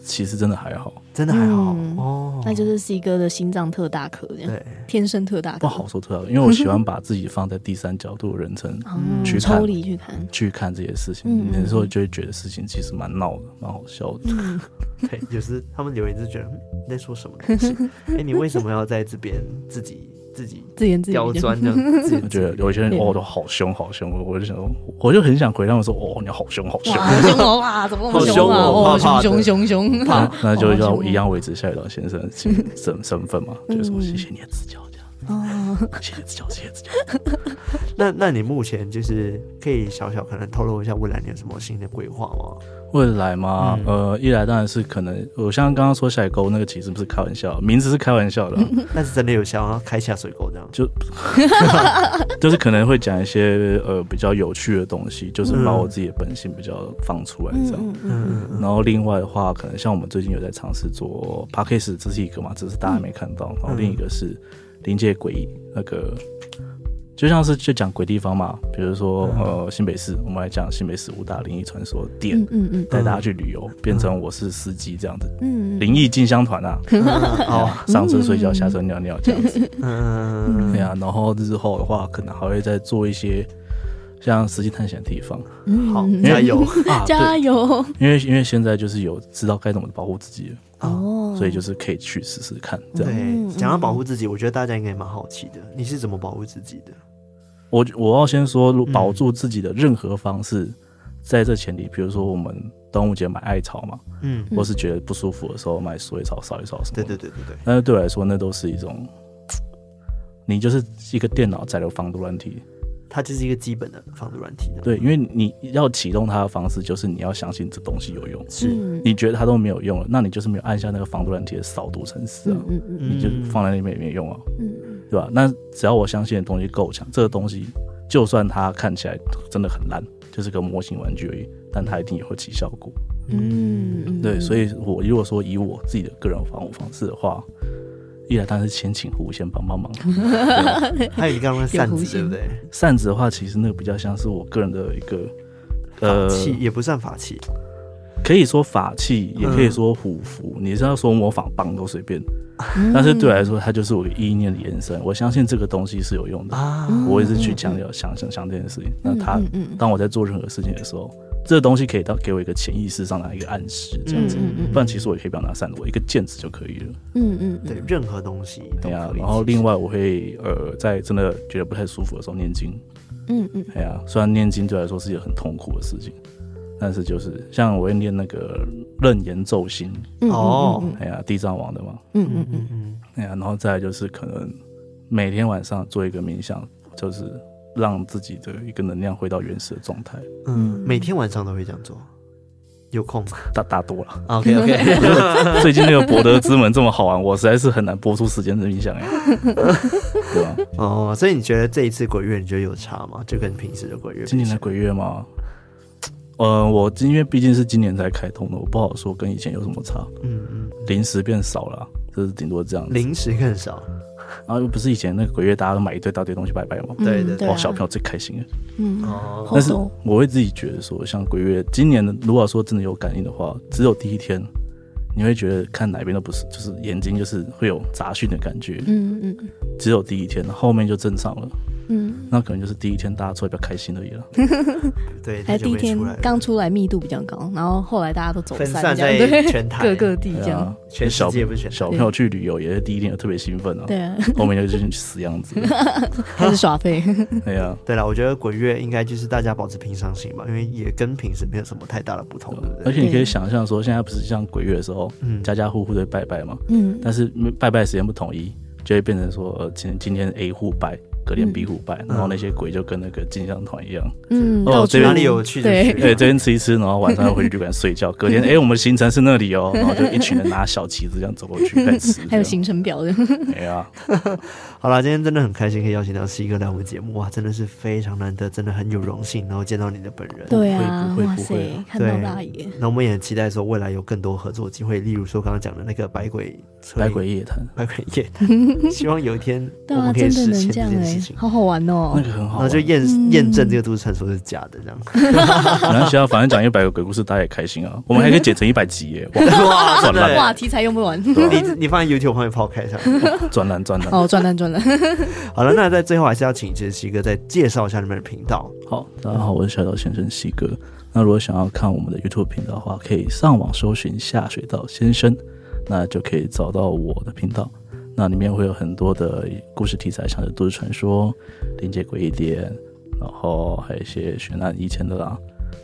S4: 其实真的还好，
S2: 真的还好、
S1: 嗯
S2: 哦。
S1: 那就是 C 哥的心脏特大颗，这样
S2: 对，
S1: 天生特大颗，
S4: 不好说特别，因为我喜欢把自己放在第三角度的人称
S1: 哦
S4: 去看
S1: 抽离去看，
S4: 去看这些事
S1: 嗯
S4: 情，有时候就会觉得事情其实蛮闹的，蛮好笑的。
S1: 嗯，
S2: 对，有时他们留言就觉得嗯你在说什么东西？哎、你为什么要在这边自己自己
S1: 自言自语
S2: 刁
S1: 这样，
S2: 钻这样？自己
S4: 我觉得有一些人
S1: 对
S4: 哦都好凶好凶，我我就想说，我就很想回他们说哦你好凶好凶，
S1: 哇，好凶哦，哇，怎么那么凶啊？
S2: 好
S1: 哦，
S2: 凶哦怕怕的
S1: 凶凶凶凶，
S4: 那那就
S1: 好
S4: 要
S1: 凶哦
S4: 一样维持下一岛先生的身身身份嘛，就是说谢谢你的指教这样。
S1: 哦，
S4: 谢谢指教，谢谢指教。
S2: 那那你目前就是可以小小可能透露一下未来你有什么新的规划吗？
S4: 未来嘛，
S2: 嗯
S4: 呃，一来当然是可能，我像刚刚说下一沟那个其实不是开玩笑，名字是开玩笑的啊，
S2: 但是真的有想要开下水沟这样？
S4: 就就是可能会讲一些呃比较有趣的东西，就是把我自己的本性比较放出来这样。
S1: 嗯嗯嗯，
S2: 嗯嗯
S4: 然后另外的话，可能像我们最近有在尝试做 p a c k a g e 这是一个嘛，只是大家没看到。然后另一个是临界诡异那个，就像是就讲鬼地方嘛，比如说、呃新北市，我们来讲新北市五大灵异传说店，
S1: 嗯嗯嗯
S4: 带大家去旅游，变成我是司机这样子，
S1: 嗯，
S4: 灵异进香团啊，
S2: 嗯哦，
S4: 上车睡觉，下车尿尿这样子。
S2: 嗯
S4: 对啊，然后日后的话，可能还会再做一些像实际探险的地方
S1: 嗯
S2: 好
S1: 嗯，
S2: 加油！
S4: 啊。
S1: 加
S4: 对，
S1: 油
S4: 因为因为现在就是有知道该怎么保护自己了，
S1: 哦，
S4: 所以就是可以去试试看这样。
S2: 对
S1: 嗯，
S2: 想要保护自己，我觉得大家应该也蛮好奇的，你是怎么保护自己的？
S4: 我我要先说，如
S2: 嗯
S4: 保住自己的任何方式，在这前提，比如说我们端午节买艾草嘛，
S2: 嗯，
S1: 嗯
S4: 或是觉得不舒服的时候买鼠尾草烧一烧什么
S2: 对
S4: 的。
S2: 对对对对，
S4: 但是对我来说，那都是一种，你就是一个电脑载流防毒软体。
S2: 它就是一个基本的防毒软体的。
S4: 对，因为你要启动它的方式，就是你要相信这东西有用。
S2: 是
S1: 嗯
S4: 你觉得它都没有用了，那你就是没有按下那个防毒软体的扫毒程式啊
S1: 嗯，嗯嗯
S4: 你就放在那边也没用啊，
S1: 嗯
S4: 对吧？那只要我相信的东西够强，这个东西就算它看起来真的很烂，就是个模型玩具而已，但它一定也会起效果。
S1: 嗯嗯，
S4: 对，所以我如果说以我自己的个人防护方式的话，一来当然是先请狐仙 帮帮忙，
S2: 还有你刚刚的扇
S1: 有弧
S2: 子，对
S1: 线
S2: 不对？
S4: 扇子的话，其实那个比较像是我个人的一个，呃
S2: 法，器也不算法器，
S4: 可以说法器，也
S1: 嗯
S4: 可以说虎符，你是要说魔法棒都随便。但是
S1: 嗯
S4: 对我来啊说，它就是我的意念的延伸。我相信这个东西是有用的，
S2: 啊
S4: 我一直去强调、想想想这件事情。那它
S1: 嗯嗯
S4: 当我在做任何事情的时候，这个东西可以到给我一个潜意识上的一个暗示，这样子。
S1: 嗯嗯嗯
S4: 不然其实我也可以不要拿扇子，我一个剑指就可以了。
S1: 嗯嗯
S2: 对
S1: 嗯，
S2: 任何东西都可以
S4: 对呀、
S2: 其实。
S4: 然后另外我会呃，在真的觉得不太舒服的时候念经。
S1: 嗯嗯
S4: 哎呀，虽然念经对我来说是一件很痛苦的事情，但是就是像我会念那个楞严咒心，
S1: 嗯
S2: 哦
S1: 嗯
S4: 哎呀，地藏王的嘛，
S1: 嗯嗯嗯
S2: 嗯嗯
S4: 哎呀，然后再来就是可能每天晚上做一个冥想，就是让自己的一个能量回到原始的状态，
S2: 嗯，每天晚上都会这样做，有空吗啊
S4: 大大多了。
S2: ？OK OK，
S4: 最近那个博德之门这么好玩，我实在是很难播出时间的冥想 哎，对啊吧、
S2: 哦，所以你觉得这一次鬼月你觉得有差吗？就跟平时的鬼月比起
S4: 今
S2: 来，
S4: 年的鬼月吗？呃，我因为毕竟是今年才开通的，我不好说跟以前有什么差，
S2: 嗯嗯，嗯
S4: 零食变少了，就是顶多这样子。
S2: 零食更少，
S4: 然后又不是以前那个鬼月大家都买一堆大堆东西拜拜嘛，
S1: 嗯，
S2: 对对对啊
S4: 哇，哦小朋友最开心了。
S1: 嗯，
S2: 哦，
S1: 好
S4: 但是
S1: 多，
S4: 我会自己觉得说，像鬼月今年的，如果说真的有感应的话，只有第一天，你会觉得看哪边都不是，就是眼睛就是会有杂讯的感觉，
S1: 嗯嗯
S4: 只有第一天，后面就正常了。
S1: 嗯，
S4: 那可能就是第一天大家做的比较开心而已了。
S2: 对，
S1: 还有哎
S2: 它
S1: 第
S2: 就
S1: 一
S2: 会
S1: 天
S2: 出来了
S1: 刚出来密度比较高，然后后来大家都走
S2: 分
S1: 这
S2: 散
S1: 样
S2: 在
S1: 对，
S2: 全台
S1: 各个地
S4: 对
S1: 这样
S4: 啊，，
S2: 全世
S4: 小
S2: 界不是全台
S4: 小朋友去旅游也是第一天有特别兴奋啊，
S1: 对啊，
S4: 后面就是死 样子。
S1: 开始耍废，
S4: 对呀、啊，
S2: 对了，我觉得鬼月应该就是大家保持平常心吧，因为也跟平时没有什么太大的不同，对不
S4: 而
S2: 对？
S4: 且你可以想象说，现在不是像鬼月的时候，
S2: 嗯
S4: 家家户户都会拜拜嘛，
S1: 嗯
S4: 但是拜拜时间不统一，就会变成说，呃，今今天 A 户拜，隔天壁虎拜，然后那些鬼就跟那个进香团一样，
S1: 嗯，
S4: 哦
S1: 到
S4: 这
S1: 处
S4: 边
S2: 哪里有趣的
S1: 对
S2: 去？
S4: 哎，这边吃一吃，然后晚上回去就赶快睡觉。 隔天，哎，我们行程是那里哦，然后就一群人拿小旗子这样走过去开始吃，
S1: 还有行程表的，
S4: 哎呀，
S2: 好啦，今天真的很开心，可以邀请到西哥来我们节目，哇，真的是非常难得，真的很有荣幸能够见到你的本人。
S1: 对啊，
S4: 不会不会
S1: 哇
S4: 不
S1: 塞
S4: 会，
S1: 看到
S2: 对
S1: 大爷，
S2: 那我们也很期待说未来有更多合作机会，例如说刚刚讲的那个百鬼车
S4: 百鬼夜谈
S2: 百鬼夜 谈，希望有一天我
S1: 对啊，
S2: 们可以
S1: 真的
S2: 实
S1: 能
S2: 现
S1: 这
S2: 这
S1: 样
S2: 件
S1: 哎
S2: 事情，。
S1: 好好玩哦
S4: 那，个很好
S2: 然后
S4: 玩
S2: 就。验
S1: 嗯
S2: 验证这个都市传说是假的，这样
S4: 然后学校啊反正讲一百个鬼故事，大家也开心啊。我们还可以剪成一百集耶， 哇，
S2: 哇，
S4: 转烂
S2: 对
S1: 哇，题材用不完，
S2: 你你放在 YouTube 后面 Podcast 上，
S4: 转烂转烂。
S1: 哦，转烂转烂，
S2: 好了，那在最后还是要请杰西哥再介绍一下你们的频道。
S4: 好，大家好，我是小岛先生西哥。那如果想要看我们的 YouTube 频道的话，可以上网搜寻下水道先生，那就可以找到我的频道。那里面会有很多的故事题材，像是都市传说、灵界诡异点，然后还有一些悬案以前的啦，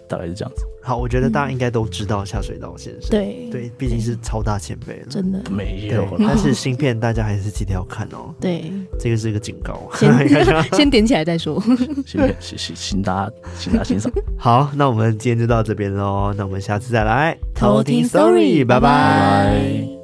S4: 大概是这样子。
S2: 好，我觉得大家应该都知道下水道先生，
S1: 嗯对，
S2: 对，嗯毕竟是超大前辈了。
S1: 真的
S4: 没有
S2: 对，
S4: 啦，
S2: 但是芯片大家还是记得要看哦，
S1: 对，
S2: 这个是一个警告。
S1: 先先点起来再说，
S4: 请请请请大家请大家欣赏。
S2: 好，那我们今天就到这边喽，那我们下次再来
S1: 偷听 Story，拜拜
S4: 拜。